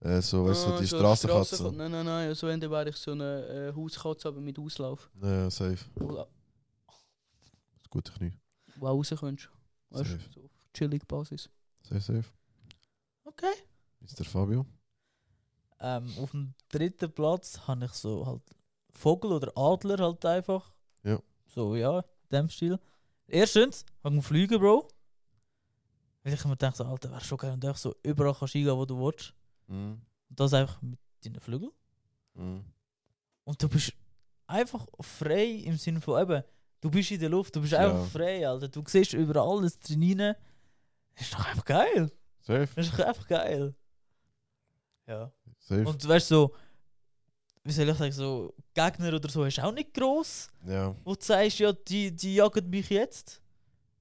B: Äh, so, weißt
E: Ah,
C: Ah,
B: du, so die Straßenkatze.
E: Nein, nein, nein. Also wenn, dann wäre ich so eine äh, Hauskatze, aber mit Auslauf.
B: Ja, safe.
E: Wo
B: Das gute Knie.
E: wo auch raus könntest. Weißt du,
B: Safe.
E: so auf chillig Basis.
B: Safe, safe.
C: Okay.
B: Mr. Fabio.
C: Ähm, auf dem dritten Platz habe ich so halt Vogel oder Adler halt einfach.
B: Ja.
C: So, ja, in dem Stil. Erstens, wegen dem Fliegen, Bro. Weil ich mir denke, so, Alter, wäre schon geil, wenn du einfach so überall kannst hingehen, wo du willst.
B: Mhm.
C: Und das einfach mit deinen Flügeln.
B: Mhm.
C: Und du bist einfach frei im Sinne von eben, du bist in der Luft, du bist
B: Ja.
C: einfach frei, Alter. Du siehst über alles drin rein. Ist doch einfach geil.
B: Safe,
C: Ist doch einfach geil. Ja.
B: safe.
C: Und weißt du, so, wie soll ich sagen, so Gegner oder so ist auch nicht gross,
B: ja,
C: wo du sagst, ja, die, die jagen mich jetzt.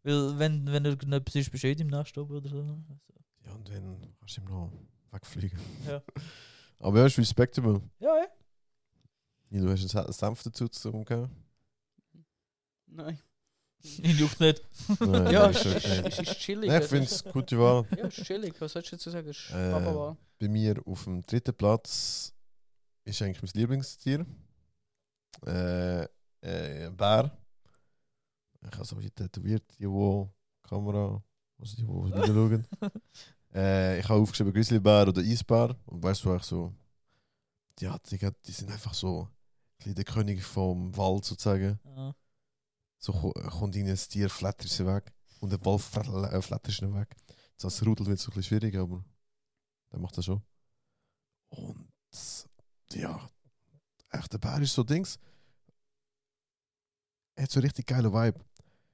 C: Weil, wenn, wenn irgendetwas ist, besteht im Nest oben oder so. Also,
B: ja, und dann kannst du ihm noch wegfliegen.
C: Ja.
B: aber ja, ist respectable.
C: ja, ja.
B: Nilo, hast du einen Sa- Senf dazu zu sagen? gell?
E: Nein.
C: Ich juckt nicht.
B: Nein,
E: ja,
B: das ist
E: es ist,
B: okay.
E: es ist chillig. also
B: Nein, ich
E: es
B: finde
E: ist-
B: es gute Wahl.
E: Ja, es ist chillig. Was sollst du dazu sagen? Es ist
B: Äh,
E: Baba.
B: Bei mir auf dem dritten Platz ist eigentlich mein Lieblingstier. Äh, äh, ein Bär. Ich habe so die tätowiert, die wo Kamera, also die, die wieder schauen. äh, ich habe aufgeschrieben Grizzlybär oder Eisbär. Und weißt du, ich so, die, hat, die, hat- die sind einfach so ein bisschen der König vom Wald sozusagen.
C: Ah,
B: So ko- kommt ihnen ein Tier, flattert sie weg. Und der Wolf flattert äh, flattert sie weg. So als Rudel wird es ein bisschen schwierig, aber der macht das schon. Und ja, echt, der Bär ist so Dings. Er hat so richtig geile Vibe.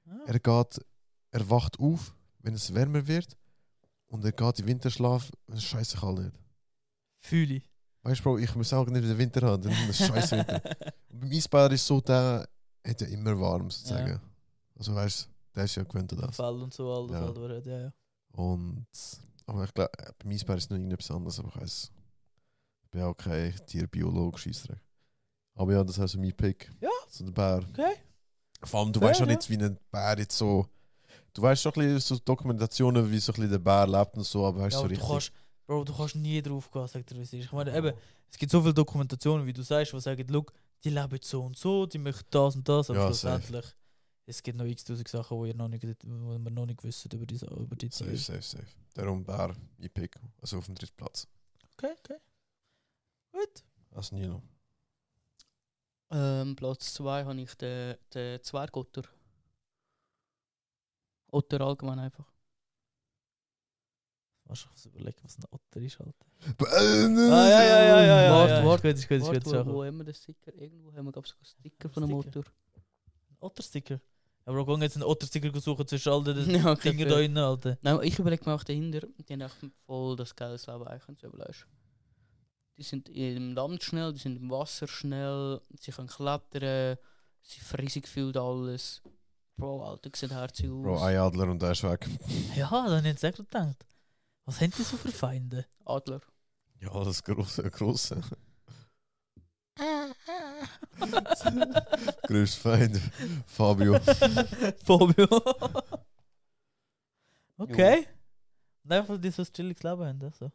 C: ah,
B: Er geht, er wacht auf, wenn es wärmer wird. Und er geht in Winterschlaf, das scheiße ich all nicht.
C: Fühle ich.
B: Weißt du, Bro, ich muss auch nicht den Winter haben, dann ist scheiße Winter. Und beim Eisbär ist so, der hat ja immer warm sozusagen. Also weißt du, der ist ja gewöhnt an das.
C: Fall und so, alles,
B: Ja.
C: alles, was er hat, ja, ja.
B: Und aber ich glaube, beim Eisbär ist noch irgendetwas anderes, aber ich weiß. Ich bin auch kein Tierbiologe, Scheissdreck. Aber ja, das ist also mein Pick.
C: Ja.
B: So ein Bär.
C: Okay.
B: Vor allem, du
C: Fair,
B: weißt auch
C: ja.
B: nicht, wie ein Bär jetzt so. Du weißt schon ein bisschen so Dokumentationen, wie so ein bisschen der Bär lebt und so, aber weißt
C: ja
B: so
C: aber du
B: richtig.
C: kannst, Bro, du kannst nie drauf gehen, sagt er, wie es ist. Ich meine, eben, es gibt so viele Dokumentationen, wie du sagst, die sagen, look, die leben so und so, die möchten das und das, aber
B: Ja, safe.
C: schlussendlich, es gibt noch x-tausend Sachen, die noch nicht, wo wir noch nicht wissen über die, über die
B: Safe,
C: Tiere.
B: safe, safe. Darum Bär, mein Pick. Also auf dem dritten Platz.
C: Okay, okay. Gut.
B: Also Nilo.
E: Ähm, Platz 2 habe ich den, den Zwergotter. Otter allgemein einfach.
C: Lass mich was überlegen, was ein Otter ist, Alter.
B: Ah,
E: Warte,
C: ja,
E: warte.
C: Ist gut, ist gut, ist
E: Warte,
C: gut.
E: wo,
C: Sache.
E: wo haben wir den Sticker? Irgendwo haben wir glaub, ich, sogar einen Sticker von einem
C: Sticker?
E: Otter.
C: Otter-Sticker. Ja, Bro, gehen jetzt einen Otter-Sticker suchen zwischen all den
E: Ja, okay,
C: Dingen da
E: fair.
C: innen, Alter.
E: Nein, ich überlege mir auch dahinter. Die haben echt voll das geiles Leben eigentlich, wenn du so überlegst. Die sind im Land schnell, die sind im Wasser schnell, sie können klettern, sie riesig fühlt alles. Bro, Alter, die sehen herzig aus.
B: Bro, ein Adler und der ist weg.
C: Ja, da habe ich jetzt echt gedacht. Was haben die so für Feinde?
E: Adler.
B: Ja, das große, große, größte Feind. Fabio.
C: Fabio. okay. Und einfach die so ein stilles Leben haben, das so.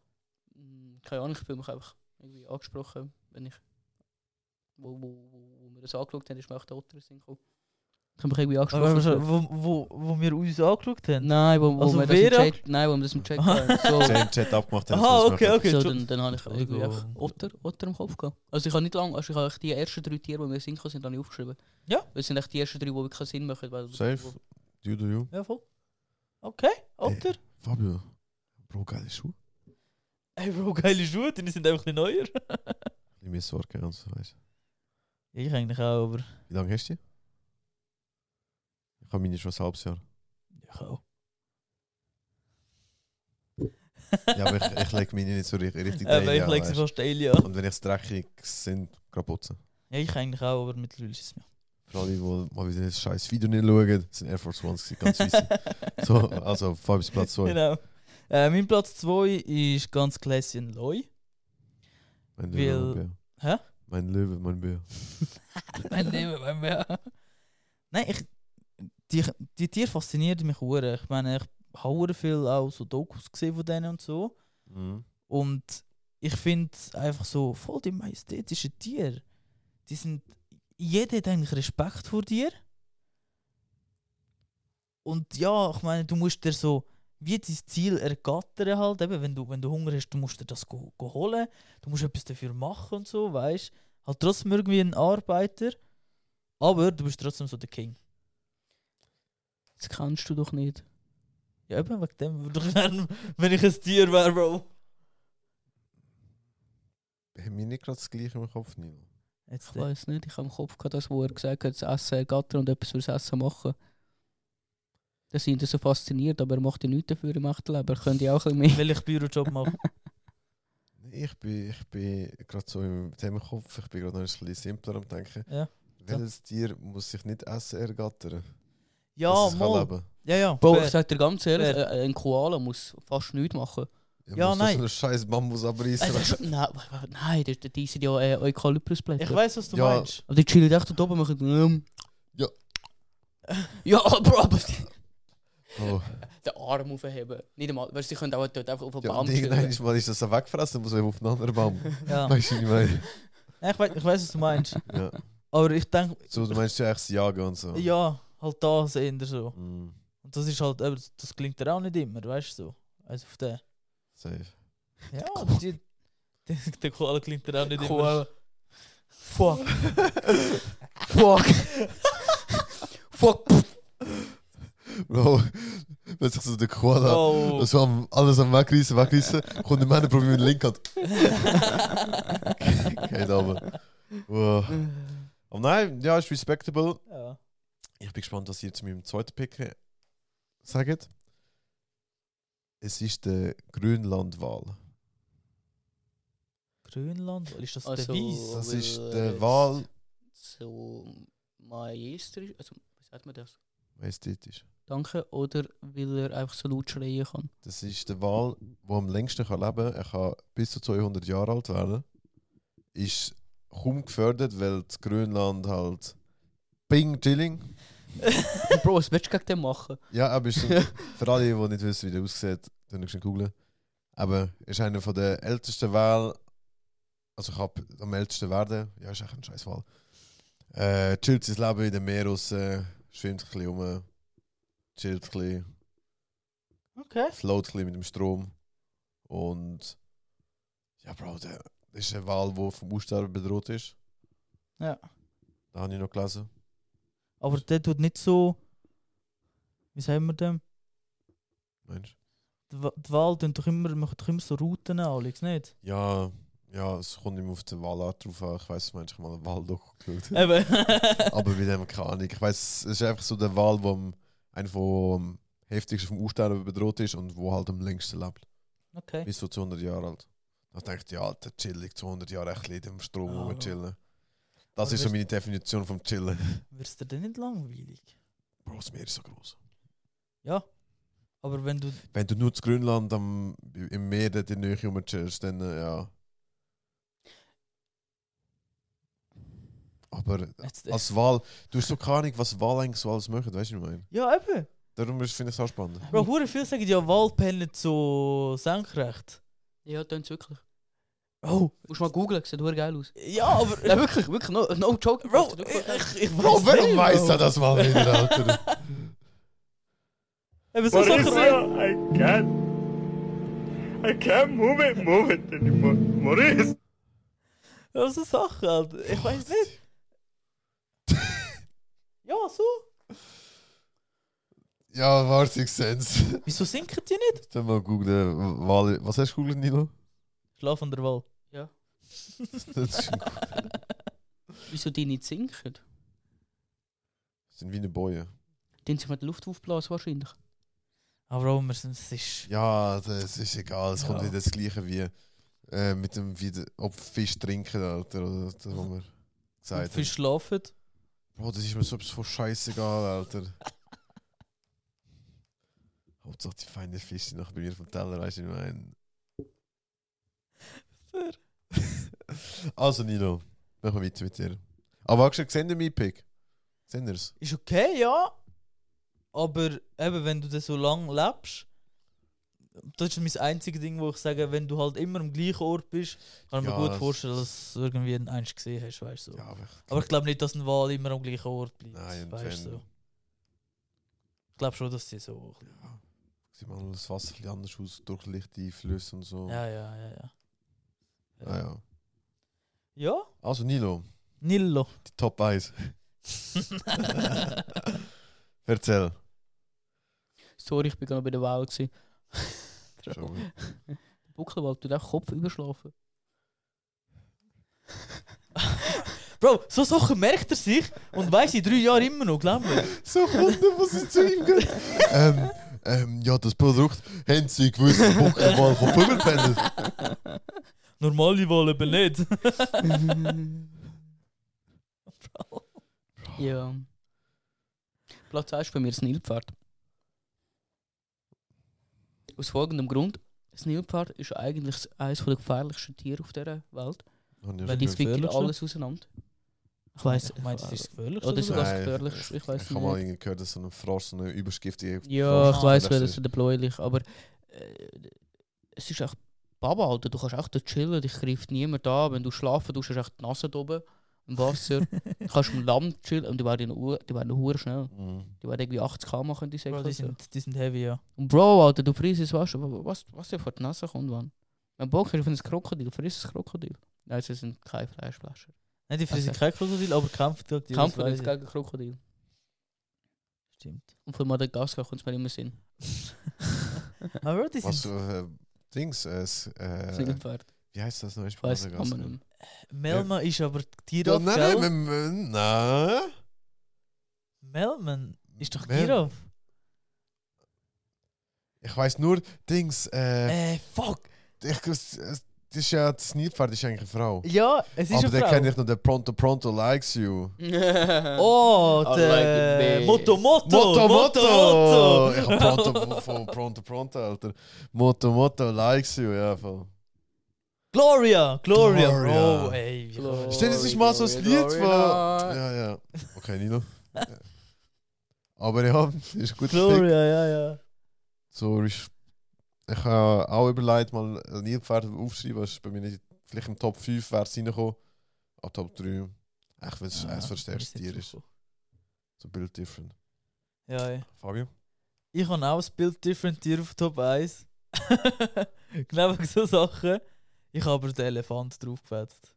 E: Mm, Keine Ahnung, ich fühle mich einfach irgendwie angesprochen, wenn ich. Wo, wo, wo, wo wir das angeschaut haben, ist mir auch der Otter in den Sinn gekommen. Ich habe mich irgendwie
C: Aber
E: angesprochen.
C: wo, wo, wo wir uns angeschaut haben.
E: Nein, wo, wo
C: Also
E: wir das im
C: wer
E: Chat, nein, wo wir das im Chat haben. So,
B: Chat, Chat abgemacht haben.
C: Aha,
B: dass wir das
C: okay,
B: machen.
C: okay.
E: so,
C: Entschuldigung.
E: dann, dann habe ich irgendwie
C: Entschuldigung.
E: einfach Otter, Otter im Kopf gehabt. Also ich habe nicht lange, also ich habe echt die ersten drei Tiere, die mir in den Sinn gekommen sind, habe ich aufgeschrieben.
C: Ja.
E: Weil es sind echt die ersten drei, die wirklich Sinn machen. Weil
B: Safe. You do you.
C: Ja, voll. Okay, Otter.
B: Fabio. Bro, geile Schuhe.
C: Ey, Bro, geile Schuhe, die sind einfach ein bisschen neuer.
B: Ich mir Sorgen und so weißt.
C: Ich eigentlich auch, aber...
B: du. Wie lange hast du? die? Ich habe meine schon ein halbes Jahr.
C: Ich auch.
B: Ja, aber ich, ich lege meine nicht so richtig, richtig
C: Äh, weil
B: daily
C: ich
B: an,
C: lege sie
B: weißt
C: fast daily
B: du.
C: an.
B: Und wenn ich dreckig sind, gerade putzen.
C: Ja, ich eigentlich auch, aber mittlerweile ist es mir.
B: Für alle, die mal wieder das scheiß Video nicht schauen, das sind Air Force Ones, gewesen, ganz weiss. So, also, Fabius Platz 2.
C: Genau. Äh, mein Platz 2 ist ganz klassisch ein Loi.
B: Wenn
C: Weil-
B: du
C: Hä?
B: Mein Löwe, mein Bär.
C: mein Leben, mein Bär. Nein, ich, die, die Tiere faszinieren mich hure. Ich meine, ich habe hure viel auch so Dokus gesehen von denen und so.
B: Mhm.
C: Und ich finde einfach so voll die majestätischen Tiere. Die sind. Jeder hat eigentlich Respekt vor dir. Und ja, ich meine, du musst dir so wie dein Ziel ergattern halt. Eben, wenn du, wenn du Hunger hast, du musst dir das go, go holen. Du musst etwas dafür machen und so, weißt du? Halt trotzdem irgendwie ein Arbeiter. Aber du bist trotzdem so der King.
E: Das kannst du doch nicht.
C: Ja, eben wegen dem würde ich gerne, wenn ich ein Tier wäre, Bro.
B: Haben wir nicht gerade das gleiche im Kopf, Nino?
C: Jetzt, äh,
E: Ich weiß nicht, ich habe im Kopf gehabt, das, wo er gesagt hat, das Essen ergattern und etwas fürs Essen machen. Das sind so fasziniert, aber er macht ja nichts dafür im Achtleben. Er könnte ja auch ein bisschen
C: Will ich Bürojob machen?
B: Nee, ich bin, ich bin gerade so im Themenkopf, ich bin gerade noch ein bisschen simpler am Denken.
C: Ja,
B: Welches Tier muss sich nicht essen ergattern?
C: Ja,
B: dass es kann
C: mal.
B: leben?
C: Ja, ja.
E: mehr.
C: fair.
E: Ich sage dir ganz ehrlich,
C: Fair.
E: äh, ein Koala muss fast nichts machen.
B: Er
C: Ja,
B: muss
C: nein.
B: So einen scheiß Bambus
E: Also,
B: abreißen.
E: schon- nein, wa- wa- nein, die, die sind ja äh, Eukalyptusblätter.
C: Ich weiß, was du
B: Ja.
C: meinst.
E: Aber die chillen echt dort oben machen. Ähm.
B: Ja.
E: Ja, Bro, aber
B: Oh.
E: den Arm aufheben. Nicht einmal, weißt, du, sie können auch dort einfach auf den
B: Ja,
E: Baum
B: und
E: chillen.
B: irgendwann mal ist das dann weggefressen, dann muss man auf einen anderen Baum.
C: Ja.
B: Weißt du, was ich meine?
C: Nein, Ich weiß, ich weiss, was du meinst.
B: Ja.
C: Aber ich denke,
B: So, du meinst ja eigentlich das Jagen und so.
C: ja, halt da sehen wir so.
B: Mhm.
C: Und das ist halt, eben, das klingt dir auch nicht immer, weißt du so. Also auf den.
B: Safe.
C: Ja, die, die, der Koala klingt dir auch nicht
E: Koala.
C: immer. Fuck.
E: Fuck. Fuck.
B: Bro, wenn sich so der Koala
C: Oh.
B: so am, alles am wegreißen, wegreißen, kommt der Mann, probiert mit der linken Hand. Geht aber. Wow. Aber nein, ja, ist respectable.
C: ja.
B: Ich bin gespannt, was ihr zu meinem zweiten Pick äh, sagt. Es ist der Grönlandwal.
C: Grönland? Ist das
E: Also-
C: der Weiss?
B: Das ist
E: weil
B: der
E: es-
B: Wal
E: So majestrisch, also wie sagt man das?
B: majestätisch.
E: Danke. Oder weil er einfach so laut schreien kann.
B: Das ist der Wal, der am längsten kann leben kann. Er kann bis zu 200 Jahre alt werden. Ist kaum gefördert, weil das Grönland halt Bing Chilling.
E: Bro, was willst du gegen den machen?
B: Ja, aber ist so, für alle, die nicht wissen, wie der aussieht, dann schnell googeln. Aber er ist einer von der ältesten Wahl. Also ich habe am ältesten werden. Ja, ist echt ein scheiß Wahl. Äh, chillt sein Leben in dem Meer raus, schwimmt ein bisschen rum, chillt ein bisschen,
C: Okay.
B: float ein bisschen mit dem Strom. Und ja, Bro, der das ist eine Wahl, die vom Aussterben bedroht ist.
C: Ja.
B: Da habe ich noch gelesen.
C: Aber der tut nicht so. Wie sagen wir dem?
B: Mensch.
C: Die Wa- die Wahl tun doch immer, machen doch immer so Routen an, Alex, nicht?
B: Ja, ja, es kommt nicht mehr auf die Wahlart drauf an. Ich weiß, manchmal habe mal einen Wahl-Doku geschaut.
C: Eben.
B: Aber bei dem keine Ahnung. Ich weiß, es ist einfach so der Wahl, wo am- einer vom heftigsten vom Aussterben bedroht ist und wo halt am längsten lebt.
C: Okay.
B: Bis so 200 Jahre alt. Da denke ich, ja, alter, chillig, 200 Jahre ein bisschen in dem Strom
C: Ja,
B: rum
C: aber-
B: chillen. Das
C: aber
B: ist so
C: weißt-
B: meine Definition vom Chillen.
C: Wirst du denn nicht langweilig?
B: Bro, das Meer ist so groß.
C: Ja. Aber wenn du.
B: Wenn du nur zu Grönland am, im Meer dort in der Nähe rumchillst, dann äh, ja. Aber
C: Jetzt, äh,
B: als Wahl, du hast so keine Ahnung, was Wahl eigentlich so alles machen, weißt du, was ich meine?
C: ja, eben.
B: Darum ist- finde ich es auch spannend.
C: Bro, hure viele sagen ja, Wald pendelt so senkrecht.
E: Ja, tönt wirklich.
C: Oh.
E: Musst mal googeln, sieht total geil aus.
C: Ja, aber.
E: Nein, wirklich, wirklich, no, no joke.
C: Bro,
E: Sieht
C: ich,
E: wirklich-
C: ich, ich
B: Bro, warum
C: nicht,
B: weiss
C: Bro.
B: er das mal wieder, Alter?
C: Eben so Sachen halt- sind.
F: I can't. I can't move it, move it anymore. Maurice!
C: Ja, so Sachen, Alter. Ich weiß nicht. Ja, so.
B: ja, warte, ich seh's.
C: Wieso sinken die nicht?
B: Dann mal googeln, Wale. Was hast du googelt, Nilo?
C: Schlaf an der Wald.
B: Das ist ein-
E: Wieso die nicht sinken?
B: das sind wie eine Boje.
E: Die haben sich mit der Luft aufblasen wahrscheinlich.
C: Aber Bro, wir sind, es ist.
B: Ja, das ist egal. Es kommt
C: Ja.
B: wieder das Gleiche wie äh, mit dem, wie der, ob Fisch trinken, Alter. Oder das, was wir
C: Wie
B: gesagt
C: viel
B: haben.
C: schlafen?
B: Bro, das ist mir so etwas von scheißegal, Alter. Hauptsache die feinen Fische sind noch bei mir vom Teller, weißt du, ich meine. also, Nilo. Machen wir weiter mit dir. Aber hast du gesehen, den Meepick? Sehen wir es?
C: Ist okay, ja. Aber eben, wenn du das so lange lebst, das ist mein einziges Ding, wo ich sage, wenn du halt immer am gleichen Ort bist, kann ich
B: Ja,
C: mir gut
B: das-
C: vorstellen, dass du irgendwie einen einst gesehen hast, weißt du. So.
B: Ja, aber ich,
C: Aber ich glaube nicht, dass ein Wal immer am gleichen Ort bleibt.
B: Nein, und
C: weißt
B: wenn-
C: du. So. Ich glaube schon, dass sie so.
B: sieht man das Wasser ein bisschen anders aus, durch lichte Flüsse und so.
C: Ja, ja, ja, ja.
B: Ah, ja.
C: Ja,
B: Also Nilo,
C: Nillo.
B: die Top 1. Erzähl.
E: Sorry, ich bin gerade noch bei der Wahl. gewesen.
B: Schon gut.
E: Buckelwald, du darfst Kopf überschlafen.
C: Bro, so Sachen merkt er sich und weiß in drei Jahren immer noch, glaub mir.
B: so Kunden, was sie zu ihm gehen. ähm, ähm, ja, das Produkt haben sie gewusst, der Buckelwal kommt überpennt.
C: Normale Wahl eben nicht.
E: ja. Platz 1 ist bei mir das Nilpferd. Aus folgendem Grund. Das Nilpferd ist eigentlich eines der gefährlichsten Tiere auf dieser Welt.
B: Oh,
C: Weil
E: Weil es wirklich
C: gefährlichste?
E: alles auseinander. Ich weiß
C: Ich meine, das ist das Gefährlichste.
E: Oder
C: so.
E: sogar das Gefährlichste, ich weiss
B: Ich habe mal
E: nicht.
B: irgendwie gehört, dass so ein Frosch so eine übergiftige
E: Ja, ich
C: Ah,
E: weiß,
B: das
E: wer
B: ist-
E: das der bläulich, aber äh, es ist echt Baba, Alter. Du kannst echt dort chillen, dich greift niemand an. Wenn du schlafen tust, hast du echt die Nase da oben im Wasser. du kannst am Land chillen und die werden, u- die werden hure schnell.
B: Mhm.
E: Die werden irgendwie 80k machen, die
C: Bro,
E: Säcke.
C: die,
E: oder so.
C: sind, die sind heavy, ja.
E: Und Bro, Alter, du frisst es, weißt du, was, was dir vor die Nase kommt, Mann. Wenn du Bock hast auf ein Krokodil, friss ein Krokodil. Nein, sie sind keine Fleischflaschen.
C: Nein, die fressen
E: Okay.
C: kein Krokodil, aber kämpfen gegen die.
E: Kampf
C: das weiss ich.
E: jetzt gegen Krokodil.
C: Stimmt.
E: Und von Madagaskar kommt es mir immer Sinn.
C: Aber die
B: Was,
C: sind
B: äh, Dings, äh, s-
E: Das
B: äh,
E: Nilpferd.
B: wie nou? heißt das noch? Ich
E: Ich weiss den Namen nicht mehr.
C: Melman ist aber
B: Ja,
C: Giraffe,
B: nein,
C: gell?
B: nein, nein, nein.
C: Melman ist doch
B: Mel-
C: Giraffe.
B: Ich weiss nur, Dings, äh,
C: Äh, fuck.
B: ich, das das ist ja, das Nilpferd ist eigentlich eine Frau.
C: Ja, es ist
B: Aber
C: eine
B: dann
C: Frau.
B: kenne ich noch den Pronto Pronto Likes You.
C: Oh,
E: I
C: der
E: like it,
C: Motto, Motto,
B: Motto, Motto!
C: Motto.
B: Ich hab Pronto, von Pronto, Pronto, Alter. Motto, Motto, likes you, ja, voll.
C: Gloria, Gloria, Oh,
B: Gloria.
C: Bro, ey. wie kann man-
B: Stell dir das mal so ein
E: Glory,
B: Lied vor.
E: glory.
B: Ja, ja. Okay, Nino. Ja. Aber ja, ist gut. Gloria.
C: Gloria, ja, ja.
B: So, ist- ich habe auch überlegt, mal ein Nilpferd aufschreiben, was ist bei mir nicht, vielleicht im Top 5 wäre es reingekommen. Auch Top 3. Echt, wenn es eines der stärksten Tiere ist. So Bild different.
C: Ja, ja.
B: Fabio?
C: Ich habe auch ein Bild Different Tier auf Top 1. genau wegen so Sachen. Ich habe aber den Elefant draufgefetzt.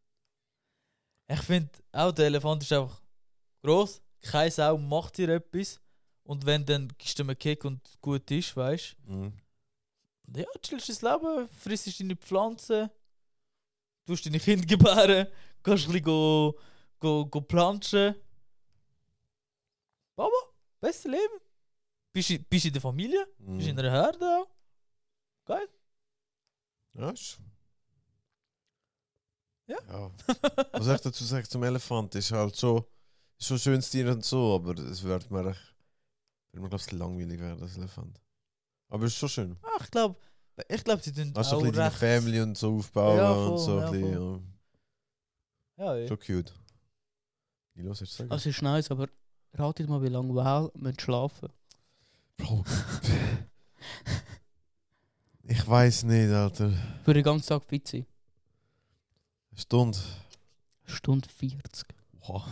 C: Ich finde, auch der Elefant ist einfach gross. Keine Sau macht dir etwas. Und wenn, dann gibst du ihm einen Kick und gut ist, weißt
B: Mhm.
C: du. Ja, chillst das Leben, frisst deine Pflanzen, tust deine Kinder gebären, kannst ein bisschen go, go, go planschen. Baba, bestes Leben. Bist du bist in der Familie?
B: Mhm.
C: Ist in einer Herde auch.
B: Ja, ist.
C: Ja.
B: Was ich dazu sage zum Elefant, ist halt so, ist so schönes Tier und so, aber es wird mir, echt- wird mir glaube ich, langweilig werden, das Elefant. Aber es ist schon schön.
C: Ah, ich glaube, ich glaub, sie tun
B: Hast du so ein
C: auch
B: bisschen deine
C: recht.
B: Family und so aufbauen
C: Ja, voll,
B: und so
C: ja,
B: ein bisschen.
C: Ja,
B: Ja.
C: ja.
B: Schon cute. Nilo, was willst du sagen?
E: Also ist nice, aber ratet mal, wie lange Wale müssen schlafen.
B: Bro. ich weiß nicht, Alter.
E: Für den ganzen Tag fit sein.
B: Eine Stunde.
E: Stunde 40.
B: Wow.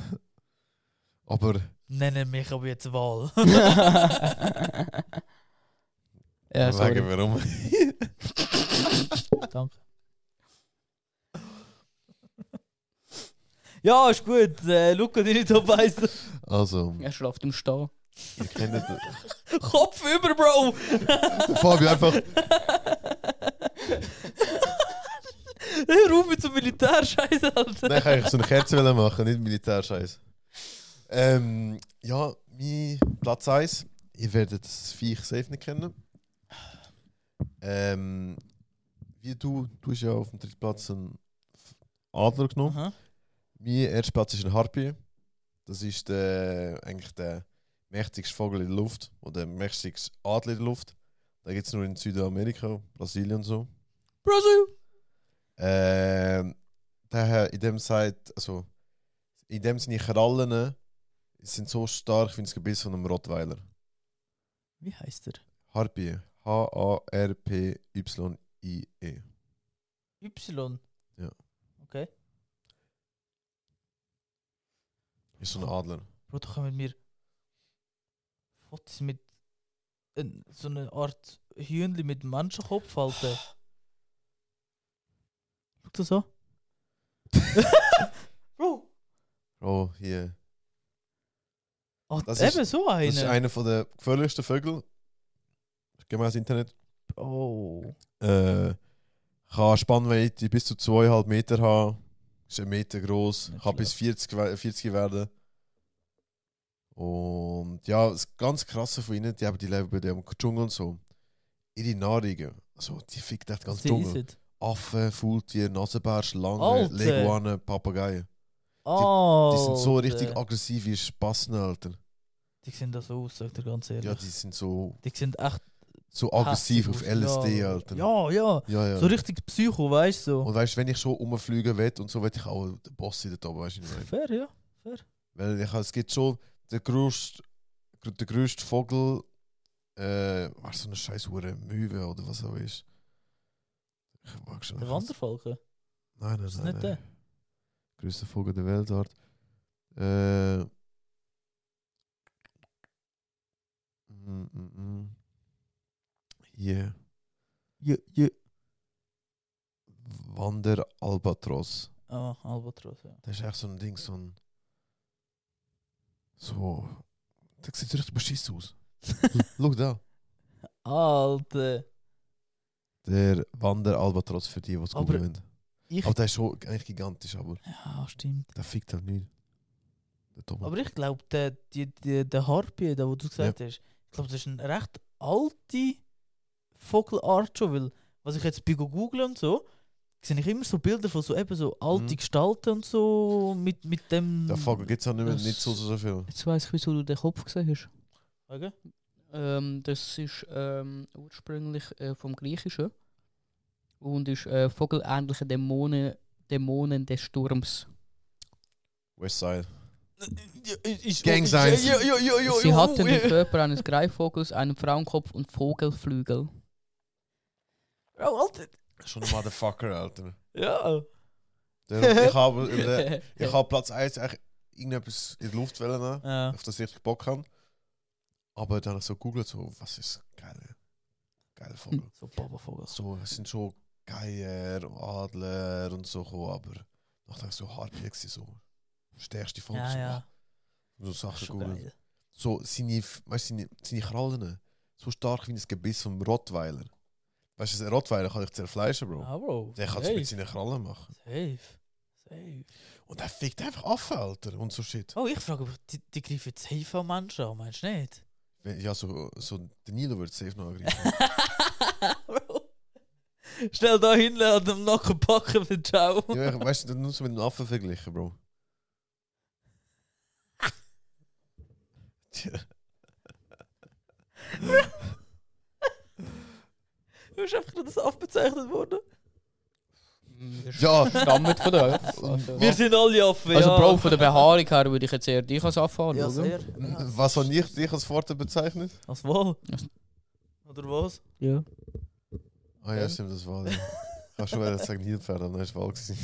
B: Aber
C: Nenne mich aber jetzt Wahl.
E: ja,
B: sagen
E: sorry.
B: warum.
C: Danke. ja, ist gut. Äh, Luca, deine Top 1.
B: Also,
E: Er schlaft im Stall.
B: ihr kennt das.
C: Kopf über, Bro!
B: Fabio einfach.
C: Hör auf mit so Militärscheiß, Alter.
B: Nein, ich wollte so eine Kerze wollen machen, nicht Militärscheiß. Ähm, ja, mein Platz 1. Ihr werdet das Viech safe nicht kennen. Ähm, wie du, du hast ja auf dem dritten Platz einen Adler genommen.
C: Aha.
B: Mein erster Platz ist eine Harpie. Das ist der, eigentlich der mächtigste Vogel in der Luft oder der mächtigste Adler in der Luft. Da gibt es nur in Südamerika, Brasilien und so.
C: Brasil!
B: Ähm, daher, in dem sagt, also in dem Sinne Krallen äh, sind so stark wie das Gebiss von einem Rottweiler.
C: Wie heißt der?
B: Harpie. H-A-R-P-Y-I-E.
C: Y.
B: Ist so ein Adler.
C: Bro, da kommen mir Fotos mit äh, so einer Art Hühnli mit Menschenkopf, Alter. Schau das an. Bro.
B: Oh, hier.
C: Ah,
B: Das ist-
C: eben so eine.
B: Das ist einer von der gefährlichsten Vögel. Gemäß Internet.
C: oh.
B: Äh, kann Spannweite bis zu 2,5 Meter haben. Ist ein Meter groß.
C: Nicht
B: Kann bis 40, we- 40 werden. Und ja, das ganz krasse von ihnen, die haben die leben bei dem Dschungel und so. Ihre Nahrungen. Also, die fickt echt ganz
C: Sie
B: Dschungel.
C: essen.
B: Affen, Faultier, Nasenbär, Schlangen,
C: Alter.
B: Leguanen, Papageien.
C: Oh.
B: Die sind so richtig aggressiv wie Spassen, Alter.
C: Die sehen das so aus, sagt er ganz ehrlich.
B: Ja, die sind so,
C: die sehen echt
B: so aggressiv auf
C: hässlich aus.
B: LSD,
C: ja.
B: Alter.
C: Ja, ja.
B: ja, ja.
C: So richtig Psycho, weißt du? So.
B: Und weißt du, wenn ich schon rumfliegen will und so, will ich auch den Boss in der Top, weißt du, was ich meine?
C: Fair, ja.
B: Weil ich, es gibt schon den grössten, den grössten Vogel, äh, was so eine scheiß Hure Möwe oder was auch ist. Ich mag schon.
C: Der Wanderfalken.
B: Nein, nein,
C: Ist
B: nein.
C: nicht
B: nein.
C: der?
B: Größte Vogel der Welt dort. Äh. Mm, mm, mm. Hier.
C: Ja, ja.
B: Wanderalbatros.
C: Ah, Albatros, ja.
B: Das ist echt so ein Ding, so ein. So. Das sieht richtig beschissen aus. Schau da.
C: Alter.
B: Der Wanderalbatros für die, was es
C: Aber
B: googeln wollen.
C: ich-
B: Aber der ist schon eigentlich gigantisch, aber
C: Ja, stimmt.
B: der fickt halt nicht. Der Thomas.
C: Aber ich glaube, der, die, die, der Harpie, der, wo du gesagt hast, ich glaube, das ist eine recht alte Vogelart schon, weil, was ich jetzt bei Google und so, sehe ich immer so Bilder von so eben so alte
B: Mhm.
C: Gestalten und so, mit, mit dem...
B: der Vogel gibt es auch nicht mehr,
E: Das-
B: nicht so, so, so viel.
E: Jetzt weiss ich, wieso du den Kopf gesehen hast.
C: Okay.
E: Ähm, das ist ähm, ursprünglich äh, vom Griechischen und ist äh, vogelähnliche Dämonen, Dämonen des Sturms.
B: Westside.
C: Äh,
B: Gang
C: Gang
B: signs.
C: Ja, ja, ja, ja,
E: Sie
C: ja,
E: hatten den
C: ja.
E: Körper eines Greifvogels, einen Frauenkopf und Vogelflügel.
C: Oh, Alter.
B: Schon ein Motherfucker, Alter.
C: Ja.
B: Der, ich habe über den, ich habe Platz 1 eigentlich irgendetwas in die Luft wollen, nehmen,
C: ja.
B: auf das ich richtig Bock habe. Aber dann habe ich so googelt, so, was ist geil? Geil Vogel.
C: So Babavogel.
B: So, es sind schon Geier und Adler und so, gekommen, aber nachdem ich so hart war, so stärkste Vogel.
C: Ja,
B: so,
C: ja.
B: So
C: Das ist
B: Sachen
C: schon
B: googeln.
C: geil.
B: So seine, weißt, seine, seine Krallen, so stark wie das Gebiss vom Rottweiler. Weißt du, ein Rottweiler kann dich zerfleischen, Bro.
C: Ah, Bro.
B: Der kann es mit
C: Safe.
B: seinen Krallen machen.
C: Safe. Safe.
B: Und er fickt einfach Affen, Alter, und so shit.
C: Oh, ich frage, aber die, die greifen safe an Menschen an, meinst du nicht?
B: Wenn- Ja, so, so Danilo wird safe noch angreifen.
C: Bro. Stell da hin an dem Nacken packen für Ciao.
B: ja, ich- weißt du, nur so mit einem Affen verglichen, Bro. Tja.
C: Du bist einfach nur das aufbezeichnet worden.
B: Ja,
E: Stammt von dir.
C: Wir sind alle offen.
E: Also
C: ja.
E: Bro, von der Behaarung her würde ich jetzt eher dich als Affe
C: Ja,
E: anschauen.
C: sehr. Ja.
B: was habe ich dich als Vorteil bezeichnet?
C: Als wohl.
E: Was?
C: Oder was?
E: Ja.
B: Ah ja, stimmt, das war. Ja. Ich habe schon wieder sagen, Nilpferd, aber dann ist Wahl gewesen.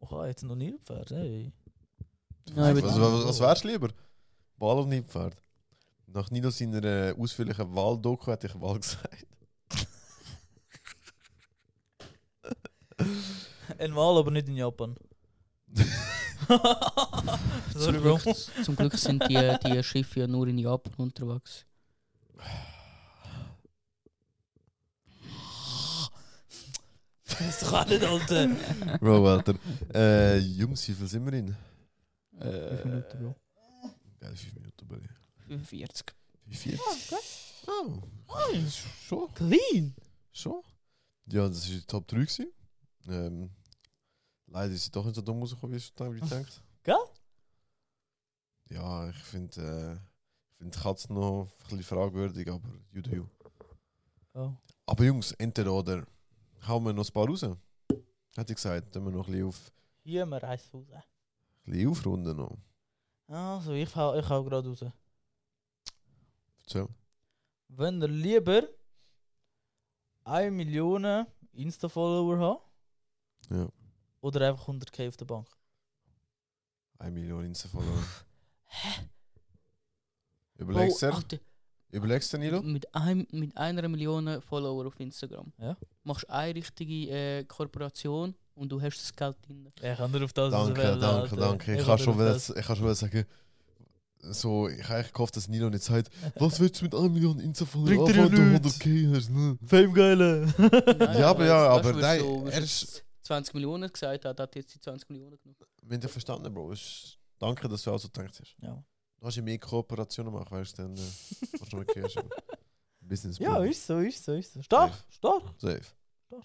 B: Oh,
C: Oha, jetzt noch nie ein Pferd, ey.
E: Ja, ich
B: Was,
E: würde-
B: was, was wärst du lieber? Wahl oder Nilpferd? Nach Nilo seiner äh, ausführlichen Wahldoku hätte ich Wahl gesagt.
C: Einmal, aber nicht in Japan. Sorry,
E: Zum
C: Bro.
E: Glück, zum Glück sind die, die Schiffe ja nur in Japan unterwegs.
C: Das kann nicht, Alter.
B: Bro, Alter. Äh, Jungs, wie viel sind wir in?
E: Äh, Minuten, Bro.
B: Geil, 5 Minuten bei dir.
E: 45.
B: Wie viel? Oh, schon.
C: Clean.
B: Schon? Ja, das war die Top 3 gewesen. Ähm, leider ist sie doch nicht so dumm rausgekommen, wie ich gedacht
C: Gell?
B: Ja, ich finde äh, ich find die Katze noch ein bisschen fragwürdig, aber you do you.
C: Oh.
B: Aber Jungs, entweder oder. Hauen wir noch ein paar raus. Hätte ich gesagt, dann wir noch ein bisschen auf
C: Hier, wir reißen raus.
B: ein bisschen aufrunden noch. Ah,
C: Also, ich hau, ich hau gerade raus.
B: Erzähl.
C: Wenn ihr lieber 1 Million Insta-Follower habt
B: Ja.
C: oder einfach 100k auf der Bank.
B: 1 Million Insta-Follower.
E: Bro,
B: Überlegst du,
E: ach,
B: dir?
E: der-
B: überlegst du, Nilo?
E: mit, einem, mit einer Million Follower auf Instagram.
C: Ja.
E: Machst eine richtige äh, Kooperation und du hast das Geld drin.
C: Ja, ich kann dir auf das
B: Danke,
C: rauswählen,
B: danke,
C: Alter.
B: danke. Ich
C: kann
B: kann
C: dir
B: schon
C: auf
B: wieder,
C: das-
B: ich kann schon wieder sagen, so, ich habe eigentlich gehofft, dass Nilo nicht sagt, was willst du mit 1 Million Insta-Follower
C: Bringt dir
B: anfangen, du
C: ja
B: 100k hast? ne?
C: Fame geile!
E: Nein,
B: Ja, aber ja,
E: weißt du,
B: aber
E: wirst
B: nein,
E: so- wirst
B: er
E: jetzt 20 Millionen gesagt hat, hat jetzt die 20 Millionen genommen.
B: Wir haben ja verstanden, Bro. Ist, danke, dass du auch so gedacht hast.
C: Ja.
B: Du hast ja mehr Kooperationen machen, weißt du, dann äh, kannst du noch mehr gehen. Business
C: ja,
B: Bro.
C: ist so, ist so, ist so. Stark, stark.
B: Safe.
C: Doch.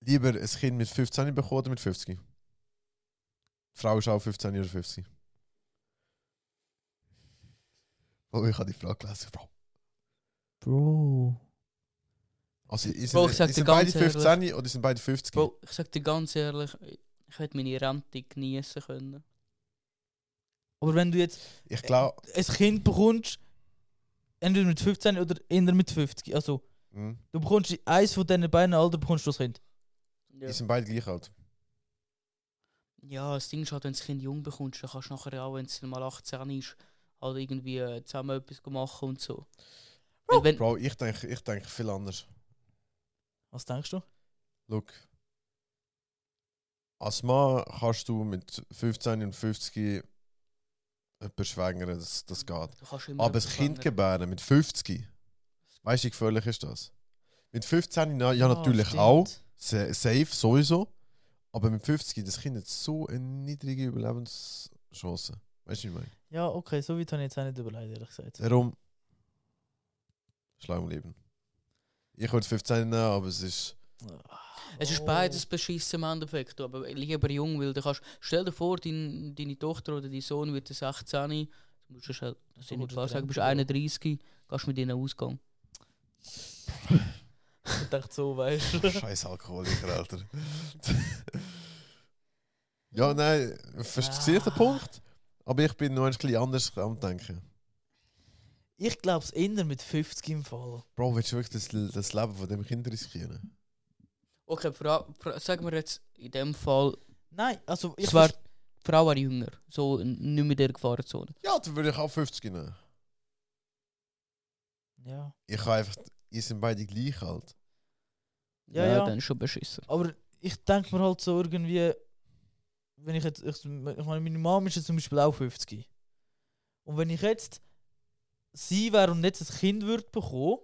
B: Lieber ein Kind mit 15 bekommen oder mit 50? Die Frau ist auch 15 oder 50. Oh, ich habe die Frage gelesen, Bro.
C: Bro.
B: Also, ich
E: Bro, ich sag
B: sind
E: dir
B: beide
E: ganz
B: 15 oder sind beide 50?
E: Bro, ich sag dir ganz ehrlich, ich hätte meine Rente genießen können.
C: Aber wenn du jetzt
B: Ich glaube,
C: ein Kind bekommst, entweder mit 15 oder eher mit 50, also
E: äh,
B: hm,
C: du bekommst in eins von diesen beiden Alter, bekommst du das Kind.
E: Ja.
B: die sind beide gleich alt.
E: ja, das Ding ist halt, wenn du das Kind jung bekommst, dann kannst du nachher auch, wenn es mal 18 ist, halt irgendwie äh, zusammen etwas machen und so. Weil wenn,
B: Bro, ich denke ich denk viel anders.
C: Was denkst du?
B: Look. Als Mann kannst du mit 15 und 50 jemanden schwängern, das, das geht.
E: du kannst immer
B: Aber ein
E: etwas
B: Kind
E: ändern.
B: gebären mit 50, weißt du, wie gefährlich ist das? Mit 15, na, ja,
C: Ah,
B: natürlich
C: stimmt.
B: auch, sa- safe sowieso. Aber mit 50, das Kind hat so eine niedrige Überlebenschance. Weißt du, wie ich meine?
C: Ja, okay, so weit habe ich jetzt auch nicht überlegt, ehrlich gesagt.
B: Darum, schlau im Leben. Ich würde 15 nehmen, aber es ist.
E: Es ist beides beschissen im Endeffekt, aber lieber jung, weil du kannst... Stell dir vor, dein, deine Tochter oder dein Sohn wird 16, du musst ja schnell- das ist nicht
C: Oder
E: klar sagen, du bist
C: 30,
E: 31, gehst mit ihnen ausgehen.
C: Ich dachte so, weißt du.
B: Scheiß Alkoholiker, Alter. ja, nein, verstehst du den Punkt? Aber ich bin noch ein bisschen anders am Denken.
C: Ich glaube es eher mit 50 im Fall.
B: Bro, willst du wirklich das, das Leben von dem Kind riskieren?
E: Okay, Frau, Frau, sagen wir jetzt in dem Fall,
C: Nein, also ich
E: es wär, die Frau wäre jünger, so n- nicht mit der Gefahrenzone.
B: Ja, dann würde ich auch 50 nehmen.
C: Ja.
B: Ich kann einfach, ihr sind beide gleich alt.
C: Ja, ja.
E: Dann ist schon beschissen.
C: Aber ich denke mir halt so irgendwie, wenn ich jetzt, ich, ich meine, meine Mom ist jetzt zum Beispiel auch 50. Und wenn ich jetzt sie wäre und jetzt ein Kind würde bekommen,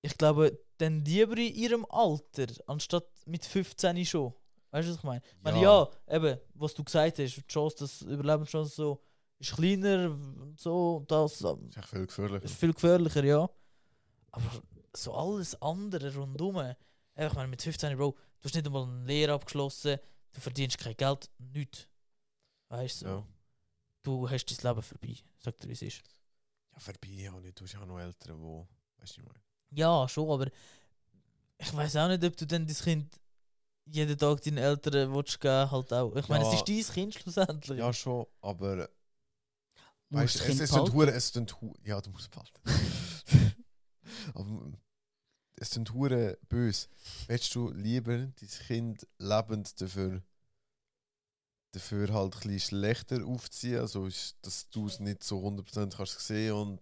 C: ich glaube, dann lieber in ihrem Alter, anstatt mit 15 schon. Weißt du, was ich meine? Ich meine, ja, eben, was du gesagt hast, die Chance, das Überlebenschance so ist kleiner, und so, und das ähm,
B: Ist echt viel gefährlicher.
C: ist viel gefährlicher, ja. Aber so alles andere rundum. eben, Ich meine, mit 15, Bro, du hast nicht einmal eine Lehre abgeschlossen, du verdienst kein Geld, nichts. Weißt du,
B: Ja.
C: du hast dein Leben vorbei, sagt er, wie es ist.
B: ja, vorbei auch nicht. Du hast auch noch Eltern, wo. Weißt du, was ich meine?
C: Ja, schon, aber ich weiß auch nicht, ob du denn dein Kind jeden Tag deinen Eltern willst geben, halt auch. Ich meine,
B: Ja.
C: es ist dein Kind schlussendlich.
B: Ja, eh, schon, aber. Weißt
E: Musst
B: du, es,
E: das Kind
B: es sind
E: behalten.
B: Huren. Es sind Huren. Ja, du musst behalten. aber es sind Huren böse. Willst du lieber dein Kind lebend dafür. dafür halt ein bisschen schlechter aufziehen? Also, ist- dass du es nicht so 100% kannst sehen und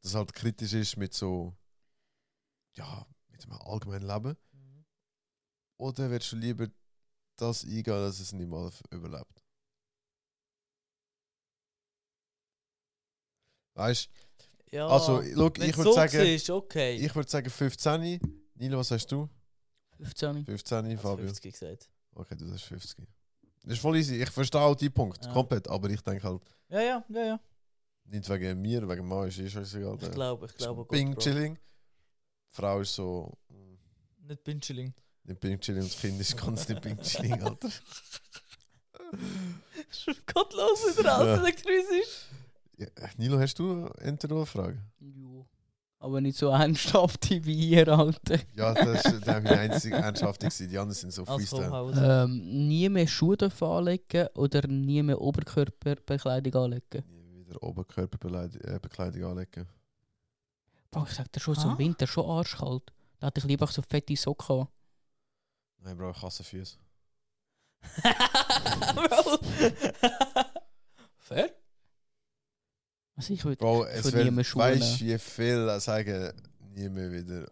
B: das halt kritisch ist mit so. ja, mit dem allgemeinen Leben.
C: Mhm.
B: Oder willst du lieber das eingehen, dass es nicht mal überlebt? Weißt
C: Ja,
B: also, look,
C: wenn
B: ich
C: es
B: würde
C: so
B: sagen,
C: Ist, okay.
B: ich würde sagen 15. Nilo, was sagst du?
E: 15.
B: 15,
C: Ich habe
B: Fabio.
C: 50 gesagt.
B: Okay, du sagst 50. Das ist voll easy. Ich verstehe auch die Punkt
C: Ja.
B: komplett, aber ich denke halt
C: Ja, ja, ja, ja.
B: nicht wegen mir, wegen Mann ist eh scheißegal.
C: Ich glaube, ich glaube,
B: Bing
C: Gott, Bro.
B: chilling. Frau ist so mm,
C: Nicht Pinchling.
B: nicht Bing chilling und das Kind ist ganz nicht Bing chilling, Alter.
C: Gott los wieder,
B: Ja.
C: Alter, der Grüß ist.
B: Ja, Nilo, hast du entweder eine Frage?
E: Jo. Aber nicht so ernsthaft wie ihr, Alter.
B: Ja, das ist der einzige ernsthafte. gewesen. Die anderen sind so
C: Als
B: freestyle. Eh.
C: Homehouse.
E: Ähm, nie mehr Schuhe dürfen anlegen oder nie mehr Oberkörperbekleidung anlegen.
B: Nie wieder Oberkörperbekleidung anlegen.
E: Boah, ich sag dir schon, so
C: Ah.
E: im Winter schon arschkalt. Da hatte ich lieber so fette Socken an.
B: Nein, Bro, ich hasse Füße.
C: Bro. Fair?
E: Also ich würde
B: Bro, es
E: schon
B: wird,
E: nie mehr Schuhe
B: weißt
E: nehmen.
B: wie viel sagen, nie mehr wieder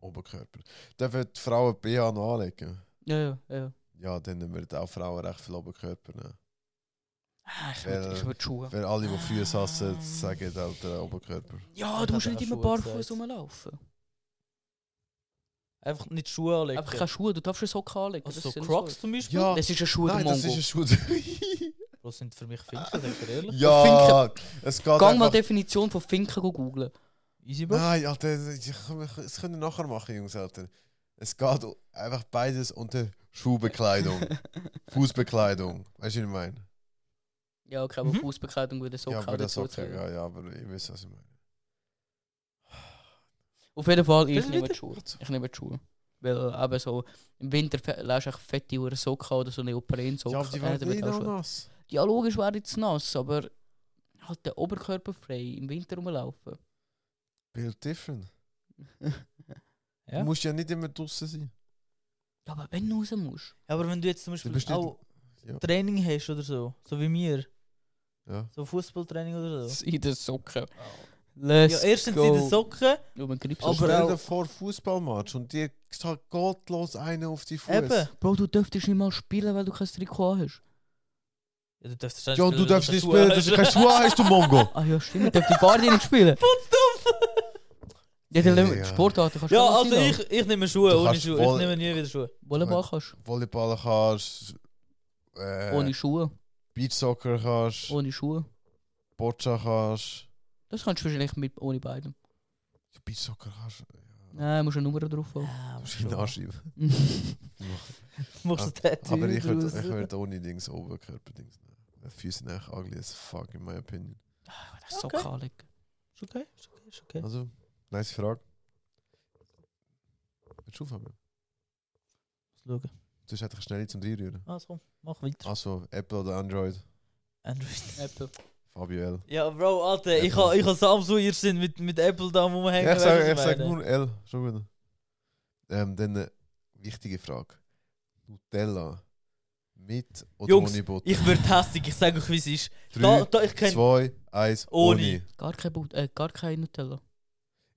B: Oberkörper. Dürfen die Frauen BH noch anlegen?
E: Ja, ja, ja.
B: Ja, dann würden auch Frauen recht viel Oberkörper nehmen.
E: Ah, ich
B: Weil-
E: würde ich würd Schuhe.
B: Weil alle, die Füße hassen, sagen Alter, Oberkörper.
E: Ja,
C: Ich
E: du musst
C: hätte
E: nicht
C: auch
E: immer
C: Schuhe gesagt.
E: barfuß rumlaufen.
C: Einfach nicht Schuhe anlegen.
E: Einfach keine Schuhe, du darfst eine Socke anlegen.
C: also
E: das
C: so
E: ist ja
C: eh, Crocs zum Beispiel?
B: Ja,
E: so. Das ist ein Schuh,
B: nein,
E: der
B: das
E: Mongo.
B: ist ein Schuh.
C: Das sind für mich Finken, sag ich dir ehrlich.
B: ja, es geht
E: Gang mal
B: einfach...
E: Definition von Finken googeln.
C: Easy, Bro.
B: Nein, Alter, ich- ich- das können wir nachher machen, Jungs, Alter. Es geht einfach beides unter Schuhbekleidung, Fußbekleidung. Weißt du, was ich meine?
E: Ja, okay, aber
C: Mhm.
E: Fußbekleidung würde Socke
B: ja,
E: auch
B: aber das
E: dazu
B: auch
E: zählen.
B: ja, ja, aber ihr wisst, was ich meine.
E: Auf jeden Fall, ich
C: Bitte,
E: nehme
C: bitte.
E: die Schuhe. Ich nehme die Schuhe. Weil eben so, im Winter fe- lässt du echt fette Uhren Socken oder so Neoprensocken.
B: ja, aber die
E: Äh, dann
B: werden eh
E: wird auch
B: noch
E: Schuhe.
B: nass.
E: ja, logisch wäre jetzt nass, aber halt der Oberkörper frei im Winter rumlaufen.
B: Build different.
C: Ja.
B: Du musst ja nicht immer draußen sein.
E: Ja, aber wenn du raus musst.
C: Ja, aber wenn du jetzt zum Beispiel
B: bist nicht-
C: auch
B: Ja.
C: Training hast oder so, so wie mir,
B: Ja.
C: so Fußballtraining oder so.
E: In den Socken. eh.
C: Ja, erstens in den Socken,
E: Ja, man greift
C: Aber
B: Aber
E: so.
B: Stell dir
C: auch-
B: vor, Fußballmatch und dir sagt gottlos einer auf die Fuß.
C: eben.
E: äh, Bro, du dürftest nicht mal spielen, weil du kein Trikot hast.
C: Ja, du darfst,
B: Ja, und du darfst nicht spielen, dass du keine Schuhe hast, du Mongo.
E: Ah ja, stimmt, ich darf die Bardi nicht spielen. Ja, dann
B: Ja.
E: lassen wir- Sportarten kannst du
C: Ja,
E: alles
C: also
E: reinlassen.
C: ich, ich nehme Schuhe
B: Du
C: ohne
B: kannst
C: Schuhe.
B: voll-
C: Ich nehme nie wieder Schuhe.
E: Volleyball kannst.
B: Volleyball kannst, äh,
E: Ohne Schuhe.
B: Beachsoccer kannst,
E: Ohne Schuhe.
B: Boccia kannst.
E: Das kannst du wahrscheinlich mit, ohne beidem.
B: Ja, Beachsoccer kannst du.
E: Nein, musst eine Nummer drauf haben.
C: Ja,
B: musst ihn anschreiben.
C: Machst du
E: Ah,
C: Tattoo
B: Aber ich würde
C: draus.
B: ich würd ohne Dings Oberkörperdings nehmen. Füße nach ugly as fuck, in my opinion.
E: So
C: Okay.
E: kalig.
C: Ist okay, ist okay, ist okay.
B: Also, nice Frage. Willst du aufhören?
C: Schauen.
B: Du bist einfach schnell zum Reinrühren.
C: Also komm, mach weiter.
B: Also, Apple oder Android?
C: Android.
E: Apple.
B: Fabio L.
C: Ja, Bro, Alter, ich
B: Apple.
C: habe ich ha Samsung ihr sind mit, mit Apple da rumhängen.
B: Ja, ich sage
C: weißt du,
B: ich
C: was
B: sag
C: meine?
B: nur L. Schon gut. Ähm, dann eine wichtige Frage. Nutella. Mit oder
C: Jungs,
B: ohne Butter?
C: Ich würde hässig, ich sage euch, wie es ist. Da,
B: Drei,
C: da, ich kenne.
B: zwei, eins,
C: Ohne.
B: ohne.
E: Gar kein Boot, äh, gar kein Nutella.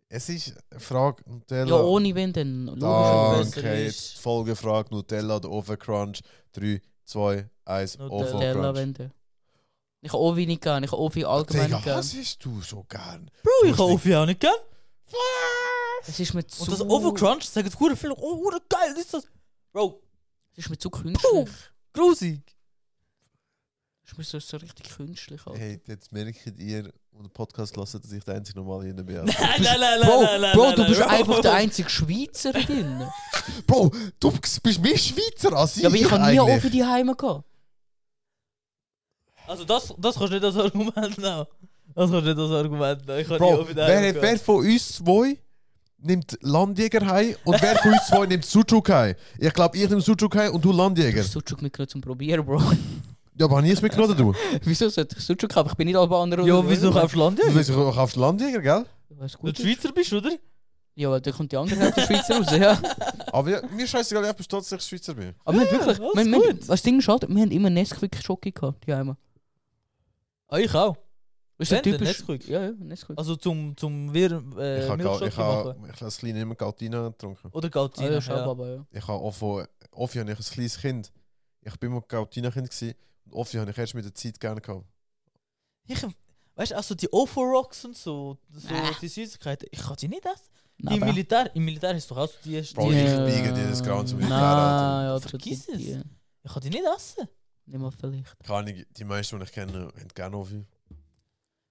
B: Es ist eine Frage Nutella. Ah,
E: Ja, ohne wenn dann. Logisch.
C: besser
B: Danke.
C: ist.
B: Die Folgefrage Nutella oder Oven Crunch. Drei, zwei, eins,
C: Nutella.
E: aber
B: Oven
E: Nutella
B: Crunch.
E: wenn dann. Ich habe auch wenig gern, ich habe auch viel allgemein
B: Digga,
E: gern.
B: was isst du so gern?
C: Bro, ich
B: musst
C: habe
B: nicht-
C: Ofi auch nicht gern.
E: Es ist mir zu...
C: Und das Overcrunch sagen hure viele, oh, hure geil ist das. Bro,
E: Es ist mir zu künstlich.
C: grusig.
E: Es ist mir so, so richtig künstlich. halt. Alter.
B: Hey, jetzt merkt ihr und den Podcast lasst, dass ich der einzige Normale hier bin.
C: Nein, nein, nein,
E: Bro,
C: nein, nein,
E: Bro,
C: nein,
E: du
C: nein,
E: bist
C: Bro.
E: einfach der einzige Schweizer drin.
B: Bro, du bist mehr Schweizer als ich.
E: Ja, aber ich habe nie
B: eigentlich.
E: Ofen die Heime gehabt.
C: Also das, das kannst du nicht als Argument nehmen. Das kannst du nicht als Argument nehmen. Ich kann
B: Bro,
C: nicht
B: wer, wer von uns zwei nimmt Landjäger heim und wer von uns zwei nimmt Sucuk heim? Ich glaube, ich nehme Sucuk heim und du
E: Du
B: Landjäger.
E: hast Sucuk mitgenommen zum Probieren, Bro.
B: Ja, aber habe ich es mitgenommen oder du?
E: wieso sollte ich Sucuk haben? Ich bin nicht Albaner.
C: Ja,
E: oder-
C: wieso kaufst du Land
B: Du
C: ja?
B: willst doch auf Landjäger, gell?
E: Was
C: Weil
E: gut
C: du
E: ist.
C: Schweizer bist, oder?
E: Ja, weil da kommt die andere Hälfte der Schweizer raus, ja.
B: Aber ja, mir scheißegal, ich bin stolz, dass ich Schweizer bin.
E: Aber wir haben wirklich,
C: alles
E: wir, wir,
C: gut.
E: was das Ding ist halt, wir haben immer Nesquik Schoki gehabt, die einmal.
C: Ah, ich auch.
E: Ist so
C: Wenn, dann
E: typisch.
C: Nesquik.
E: Ja, ja, Nesquik. Ah,
C: Also zum, zum wir
B: ich
C: äh,
B: habe Gal- ich
C: Milchschokolade machen.
B: habe ich habe als Kleiner immer Galtina getrunken.
C: Oder
E: Ah, ja,
C: Galtina,
E: schon,
C: ja.
E: aber ja.
B: Ich habe Offi, Offi habe ich ein kleines Kind. Ich bin immer Galtina-Kind gewesen. und Offi habe ich erst mit der Zeit gerne gehabt.
C: Ich, weißt du, also die Ofo Rocks und so, so
E: Ah.
C: die Süßigkeiten, ich kann die nicht essen.
E: Nein,
C: Im
E: aber-
C: Militär, im Militär hast du doch auch so die,
B: Bro,
C: die
B: ich biege dir das Grauen zum Militär, Alter.
E: Nein, ja,
C: Vergiss
E: Vergiss
C: es.
E: es. Nicht
C: Ich kann die nicht essen.
E: mal vielleicht.
B: Keine Ahnung, die meisten, die eh, ich kenne, haben gerne Offi.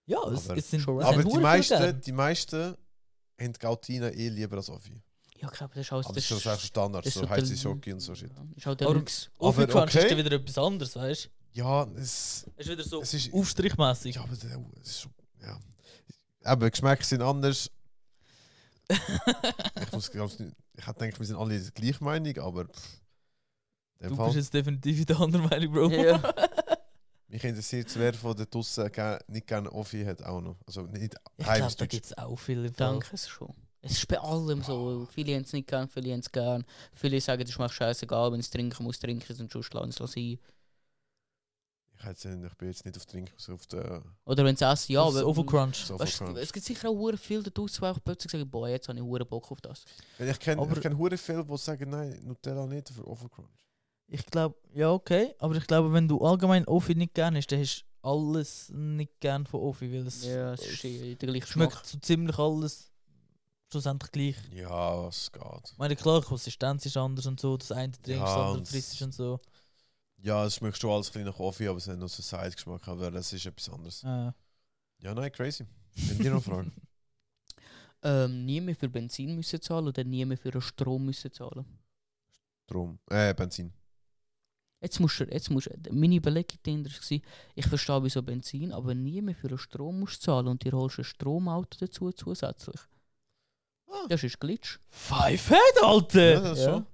C: Ja, es,
B: Aber-
C: es sind es
E: Schon
C: sind
B: Aber
C: hure
B: Ah, die
C: viele
B: meisten,
C: gern.
B: die meisten haben Galtina eh lieber als Offi.
E: Ja, ich glaube, das ist alles...
B: Aber das ist schon
E: das
B: echt Standard,
E: das ist
B: so
E: so
B: heiße
E: der-
B: Schoki und so shit.
E: ist halt der
C: Aber-
E: Lux.
C: Auf
B: Aber
C: jeden Fall ist
B: okay.
C: dann wieder etwas anderes, weißt du?
B: Ja, es,
C: Es ist wieder so
B: es ist.
C: aufstrichmässig.
B: Ja, aber der- es ist schon. Ja. Eben, Geschmäcker sind anders. Ich, muss, glaub's nicht, ich hätte gedacht, wir sind alle gleicher Meinung, aber pff, in
C: Du
B: dem Fall,
C: bist jetzt definitiv in der anderen Meinung, Bro.
E: Ja.
B: mich interessiert es, wer von den draussen ge- nicht gerne Offi hat, auch noch. Also nicht
C: Ich glaube,
B: heimisch
C: da
B: Deutsch.
C: gibt es auch viele Dank.
E: Danke es schon. Es ist bei allem so. Viele haben es nicht gern, viele haben es gern. Viele sagen, das ist mir scheißegal, wenn ich es trinken muss, trinke ich es und sonst lasse ich es sein.
B: Ich, hätte jetzt nicht- ich bin jetzt nicht auf Trinken, sondern auf den
E: Oder wenn es essen, ja.
C: Ja, das
E: wenn-
C: Overcrunch.
B: Sofa.
E: Weißt, du, es gibt sicher auch hure viel da draussen, wo ich plötzlich sage, boah, jetzt habe ich hure Bock auf das.
B: Weil Ich kenne
C: Aber-
B: kenn hure viele, die sagen, nein, Nutella nicht für Overcrunch.
C: Ich glaube, ja, okay. Aber ich glaube, wenn du allgemein Ofi nicht gern hast, dann hast du alles nicht gern von Ofi, weil es,
E: Ja, es ist äh, der gleiche Geschmack.
C: schmeckt so ziemlich alles schlussendlich gleich.
B: Ja, es geht.
C: Ich meine, klar, die Konsistenz ist anders und so, das eine trinkst,
B: Ja,
C: das andere
B: und-
C: frisst und so.
B: Ja, es schmeckt schon alles ein bisschen nach Offi, aber es hat noch so Side-Geschmack, aber das ist etwas anderes.
C: Äh.
B: Ja, nein, crazy. Wenn dir noch Fragen.
E: Ähm, nie mehr für Benzin müssen zahlen oder nie mehr für den Strom müssen zahlen.
B: Drum. Äh, Benzin.
E: Jetzt musst du, jetzt musst du, meine Überlegung dahinter war, ich verstehe wieso Benzin, aber nie mehr für den Strom musst du zahlen und dir holst ein Stromauto dazu zusätzlich.
B: Ah.
E: Das ist Glitch.
C: Fivehead, Alter!
B: Ja, das schon.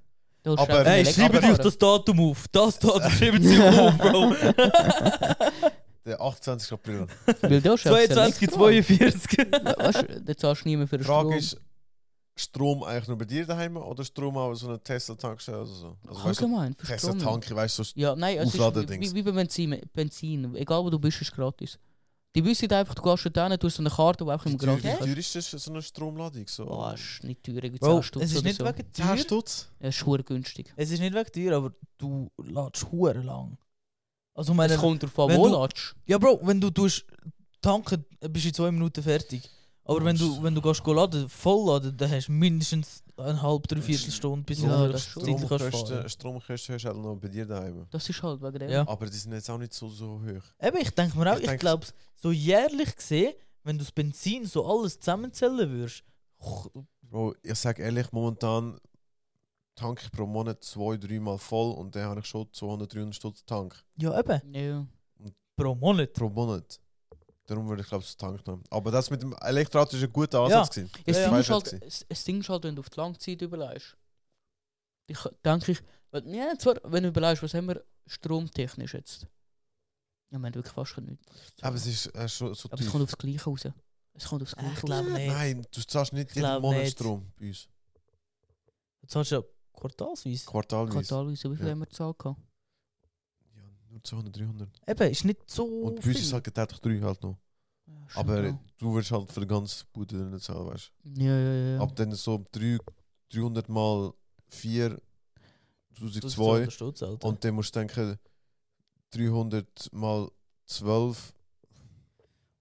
E: Da holst du
B: Aber-
E: einfach
C: Hey,
E: einen
C: schreibt euch
E: Elektroauto.
C: das Datum auf. Das Datum schreibt sie auf, Bro.
B: Der 28. April.
E: Weil da ist ja das
C: 22,
E: Elektroauto.
C: 42.
E: Weißt du, da zahlst du nie mehr für
B: Die
E: den
B: Frage
E: Strom.
B: ist, Strom eigentlich nur bei dir daheim oder Strom auch so eine Tesla-Tankstelle oder so? Also weißt du,
E: Allgemein, für Strom.
B: Tesla-Tanke, weißt du, so
E: Ja, nein, es ist
B: Aufladedings.
E: wie, wie bei Benzin, Benzin. Egal wo du bist, ist gratis. Die wissen einfach, du gehst dort hin, du hast so eine Karte, die einfach
B: wie
E: im
B: teuer, wie
E: Gratis
B: teuer ist das, so eine Stromladung? So.
E: Oh, ist nicht teuer, irgendwie
C: Bro,
E: 10 Stutz
C: es ist
E: oder
C: nicht
E: so.
C: wegen
B: 10
C: teuer.
B: Stutz?
E: Es ist verdammt günstig.
C: Es ist nicht wegen teuer, aber du ladst hure lang. Also, ich meine,
E: Es kommt drauf an,
C: wenn
E: wo
C: du-
E: ladest.
C: ja, Bro, wenn du tust tanken, bist du in zwei Minuten fertig. Aber wenn du, wenn du gehst go laden, voll laden, dann hast du mindestens eine halbe, dreiviertel Stunde, bis du
E: Ja,
C: wirklich
E: das schon.
C: Zeit kannst fahren.
B: Stromkosten Stromkosten hast du halt noch bei dir daheim.
E: Das ist halt wegen dem.
C: Ja.
B: Aber die sind jetzt auch nicht so, so hoch.
C: Eben, ich denke mir auch,
B: Ich
C: ich,
B: denk-
C: glaube, so jährlich gesehen, wenn du das Benzin so alles zusammenzählen würdest, och,
B: Bro, ich sag ehrlich, momentan tanke ich pro Monat zwei, dreimal voll und dann habe ich schon 200, 300 Stutz Tank.
C: ja eben,
E: Ja.
C: pro Monat.
B: Pro Monat. Darum würde ich glaube ich Tank nehmen. Aber das mit dem Elektroauto ist ein guter Ansatz. gewesen.
E: Das,
C: Ja,
E: Ding
B: ja.
E: Ist halt,
B: Weisheit
E: das- das Ding ist halt, wenn du auf die Langzeit überlegst. Ich denke, ich, wenn, ja, zwar, wenn du überlegst, was haben wir stromtechnisch jetzt? Ja, wir haben wirklich fast nichts.
B: Aber es ist äh, schon so
E: Aber es
B: teuer.
E: kommt aufs Gleiche raus. Es kommt aufs Gleiche
C: Äh, Ich
E: raus.
C: glaube nicht.
B: Nein, du zahlst nicht jeden
C: glaub
B: Monat
C: nicht.
B: Strom bei uns.
C: Jetzt hast du ja quartalsweise.
B: Quartalweise.
E: Quartalweise, wie viel
B: Ja.
E: haben wir gezahlt? gehabt?
B: Ja, nur 200, 300.
C: Eben, ist nicht so.
B: Und bei uns ist
C: Oh, viel.
B: es halt getätigt 3 halt noch.
E: Ja, stimmt
B: Aber
E: auch.
B: du wirst halt für die ganze Bude dann nicht zahlen, weißt
E: Ja, ja, ja.
B: du. Ab dann so 3, 300 mal 4,
C: Das ist
B: 1002.
C: 200 Stutz, Alter.
B: Und dann musst du denken, 300 mal 12.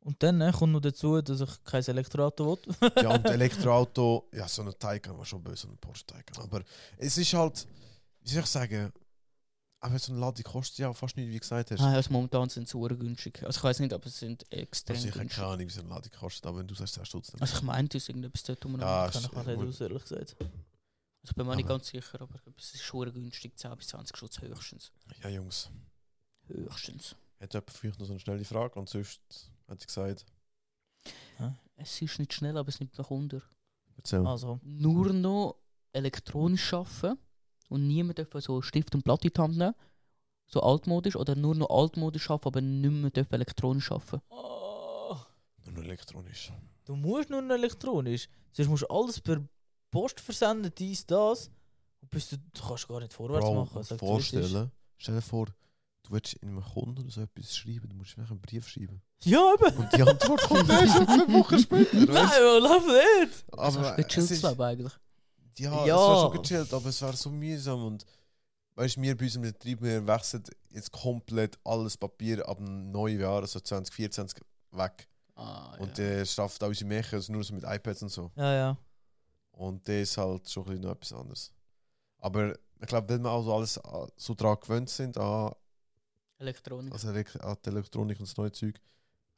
C: Und dann ne, kommt noch dazu, dass ich kein Elektroauto will.
B: Ja, und Elektroauto, ja, so ein Taycan war schon böse, so ein Porsche Taycan. Aber es ist halt, wie soll ich sagen, aber so ein Lade kostet ja fast nicht, wie du gesagt hast.
E: Ah, also momentan sind sie sehr günstig. Also ich weiß nicht, aber es sind extrem
B: Also ich habe
E: günstig.
B: keine Ahnung, wie so ein Lade kostet, aber wenn du sagst, 10 Stutz. dann-
E: Also ich meinte, es ist irgendetwas dort um
B: Ja,
C: Kann ich
B: ist- äh,
C: auch nicht
B: gut.
C: aus, ehrlich gesagt.
E: Also bin mir nicht
B: aber-
E: ganz sicher, aber ich glaube, es ist sehr günstig, 10 bis 20 Schutz höchstens.
B: Ja, Jungs.
E: Höchstens.
B: Hat jemand vielleicht noch so eine schnelle Frage? Und sonst hat sie gesagt,
E: Es ist nicht schnell, aber es nimmt noch unter.
B: erzähl.
C: Also,
E: Nur noch elektronisch arbeiten und niemand darf so Stift und Blatt in die Hand nehmen. So altmodisch oder nur noch altmodisch arbeiten, aber nicht mehr darf elektronisch arbeiten.
B: Nur noch elektronisch.
C: oh, du musst nur noch elektronisch. Sonst musst du alles per Post versenden, dies, das. Und bist du, du kannst gar nicht vorwärts
B: Bro,
C: machen. sag dir, wie es ist.
B: vorstellen, stell dir vor, du willst in einem Kunden oder so etwas schreiben, du musst einfach einen Brief schreiben.
C: Ja, eben.
B: Und die Antwort kommt erst eine Woche später.
C: Nein,
B: weißt
C: Bro, lauf nicht.
B: du?
E: Also hast
B: Aber
E: du gechillt
B: es ist,
E: Leben eigentlich.
B: ja,
C: Ja.
B: es war schon gechillt, aber es war so mühsam. Und weißt du, wir bei unserem Betrieb, wir wechseln jetzt komplett alles Papier ab dem neuen Jahr, also 2024, weg.
E: Ah,
B: Und der schafft auch unsere Mächer, also nur so mit iPads und so.
C: Ja, ja.
B: Und das ist halt schon ein bisschen noch etwas anderes. Aber ich glaube, weil wir auch so alles ah, so daran gewöhnt sind, an,
E: Elektronik.
B: also Elek- an die Elektronik und das neue Zeug,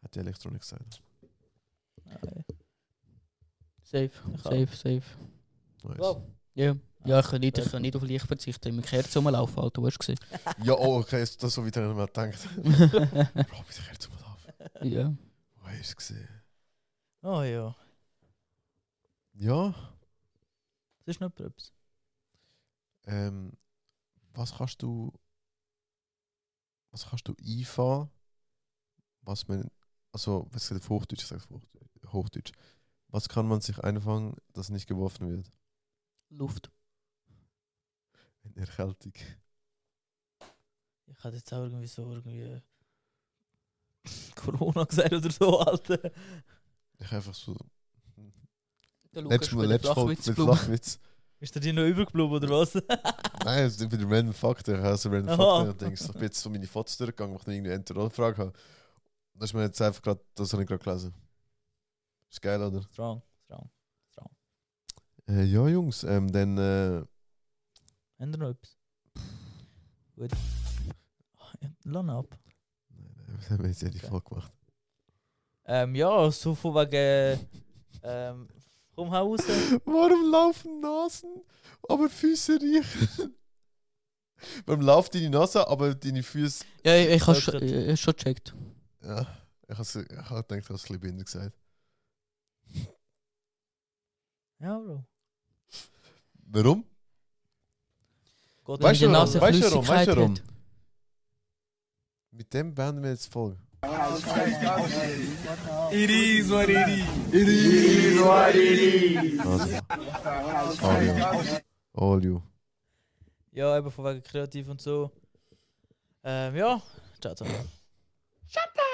B: hat die Elektronik gesagt.
C: Nein.
E: Safe,
B: Also
C: kann-
E: safe, safe.
B: Nice.
E: Ja. Ja, ich kann nicht, ich
C: fair.
E: kann nicht auf Licht verzichten. Ich meine Kerze rumlaufen, Alter, hast du gesehen.
B: Ja, oh, okay, das das so weit habe ich nicht mehr gedacht. Bro, bitte hör mal auf.
E: ja.
B: Wo hast du es gesehen?
C: Oh ja.
B: Ja.
C: Das ist noch etwas.
B: Ähm, was kannst du. Was kannst du einfahren? Was man. Also, was sagt auf Hochdeutsch? Ich sag's auf Hochdeutsch- Hochdeutsch. Was kann man sich einfangen, das nicht geworfen wird?
E: Luft.
B: In Erkältung.
C: Ich hatte jetzt auch irgendwie so irgendwie. Corona gesagt oder so, Alter.
B: Ich einfach so.
E: Der
B: Letztes Mal, letztes Mal mit
E: Flachwitzblumen.
B: Flachwitz.
C: Ist der dir noch übergeblieben oder was?
B: Nein, es ist wieder random Faktor. Ich habe so random
C: Aha.
B: Faktor und denkst, ich bin jetzt so meine Fotos durchgegangen, weil ich noch irgendwie eine Entweder-Frage habe. Das ist mir jetzt einfach gerade, das habe ich gerade gelesen. Ist geil, oder?
C: Strong.
B: Äh, ja, Jungs, ähm, dann. Äh,
C: Haben wir noch etwas? Gut. Ja, Lass ihn ab.
B: nein, nein, wir haben jetzt ja die
C: Okay.
B: Folge gemacht.
C: Ähm, ja, so von wegen. Äh, Ähm, komm, hau raus.
B: Warum laufen Nasen, aber Füße riechen? Warum läuft deine Nase, aber deine Füße.
E: Ja, ich, ich habe schon,
C: Flachwitz.
E: ich- ich schon gecheckt.
B: Ja, ich habe ich hab gedacht, ich habe es ein bisschen behindert gesagt.
C: Ja, Bro.
B: Warum?
C: Geht
B: Weißt
E: Wenn
B: du
E: die
B: warum?
E: Nase
B: Weißt du warum? Weißt
E: Flüssigkeit
B: du warum?
E: hat.
B: Mit dem beenden wir jetzt die Folge. It is what it is. Also. All you. All you.
C: Ja, eben von wegen kreativ und so. Ähm, ja. Ciao, ciao.
G: Shut up!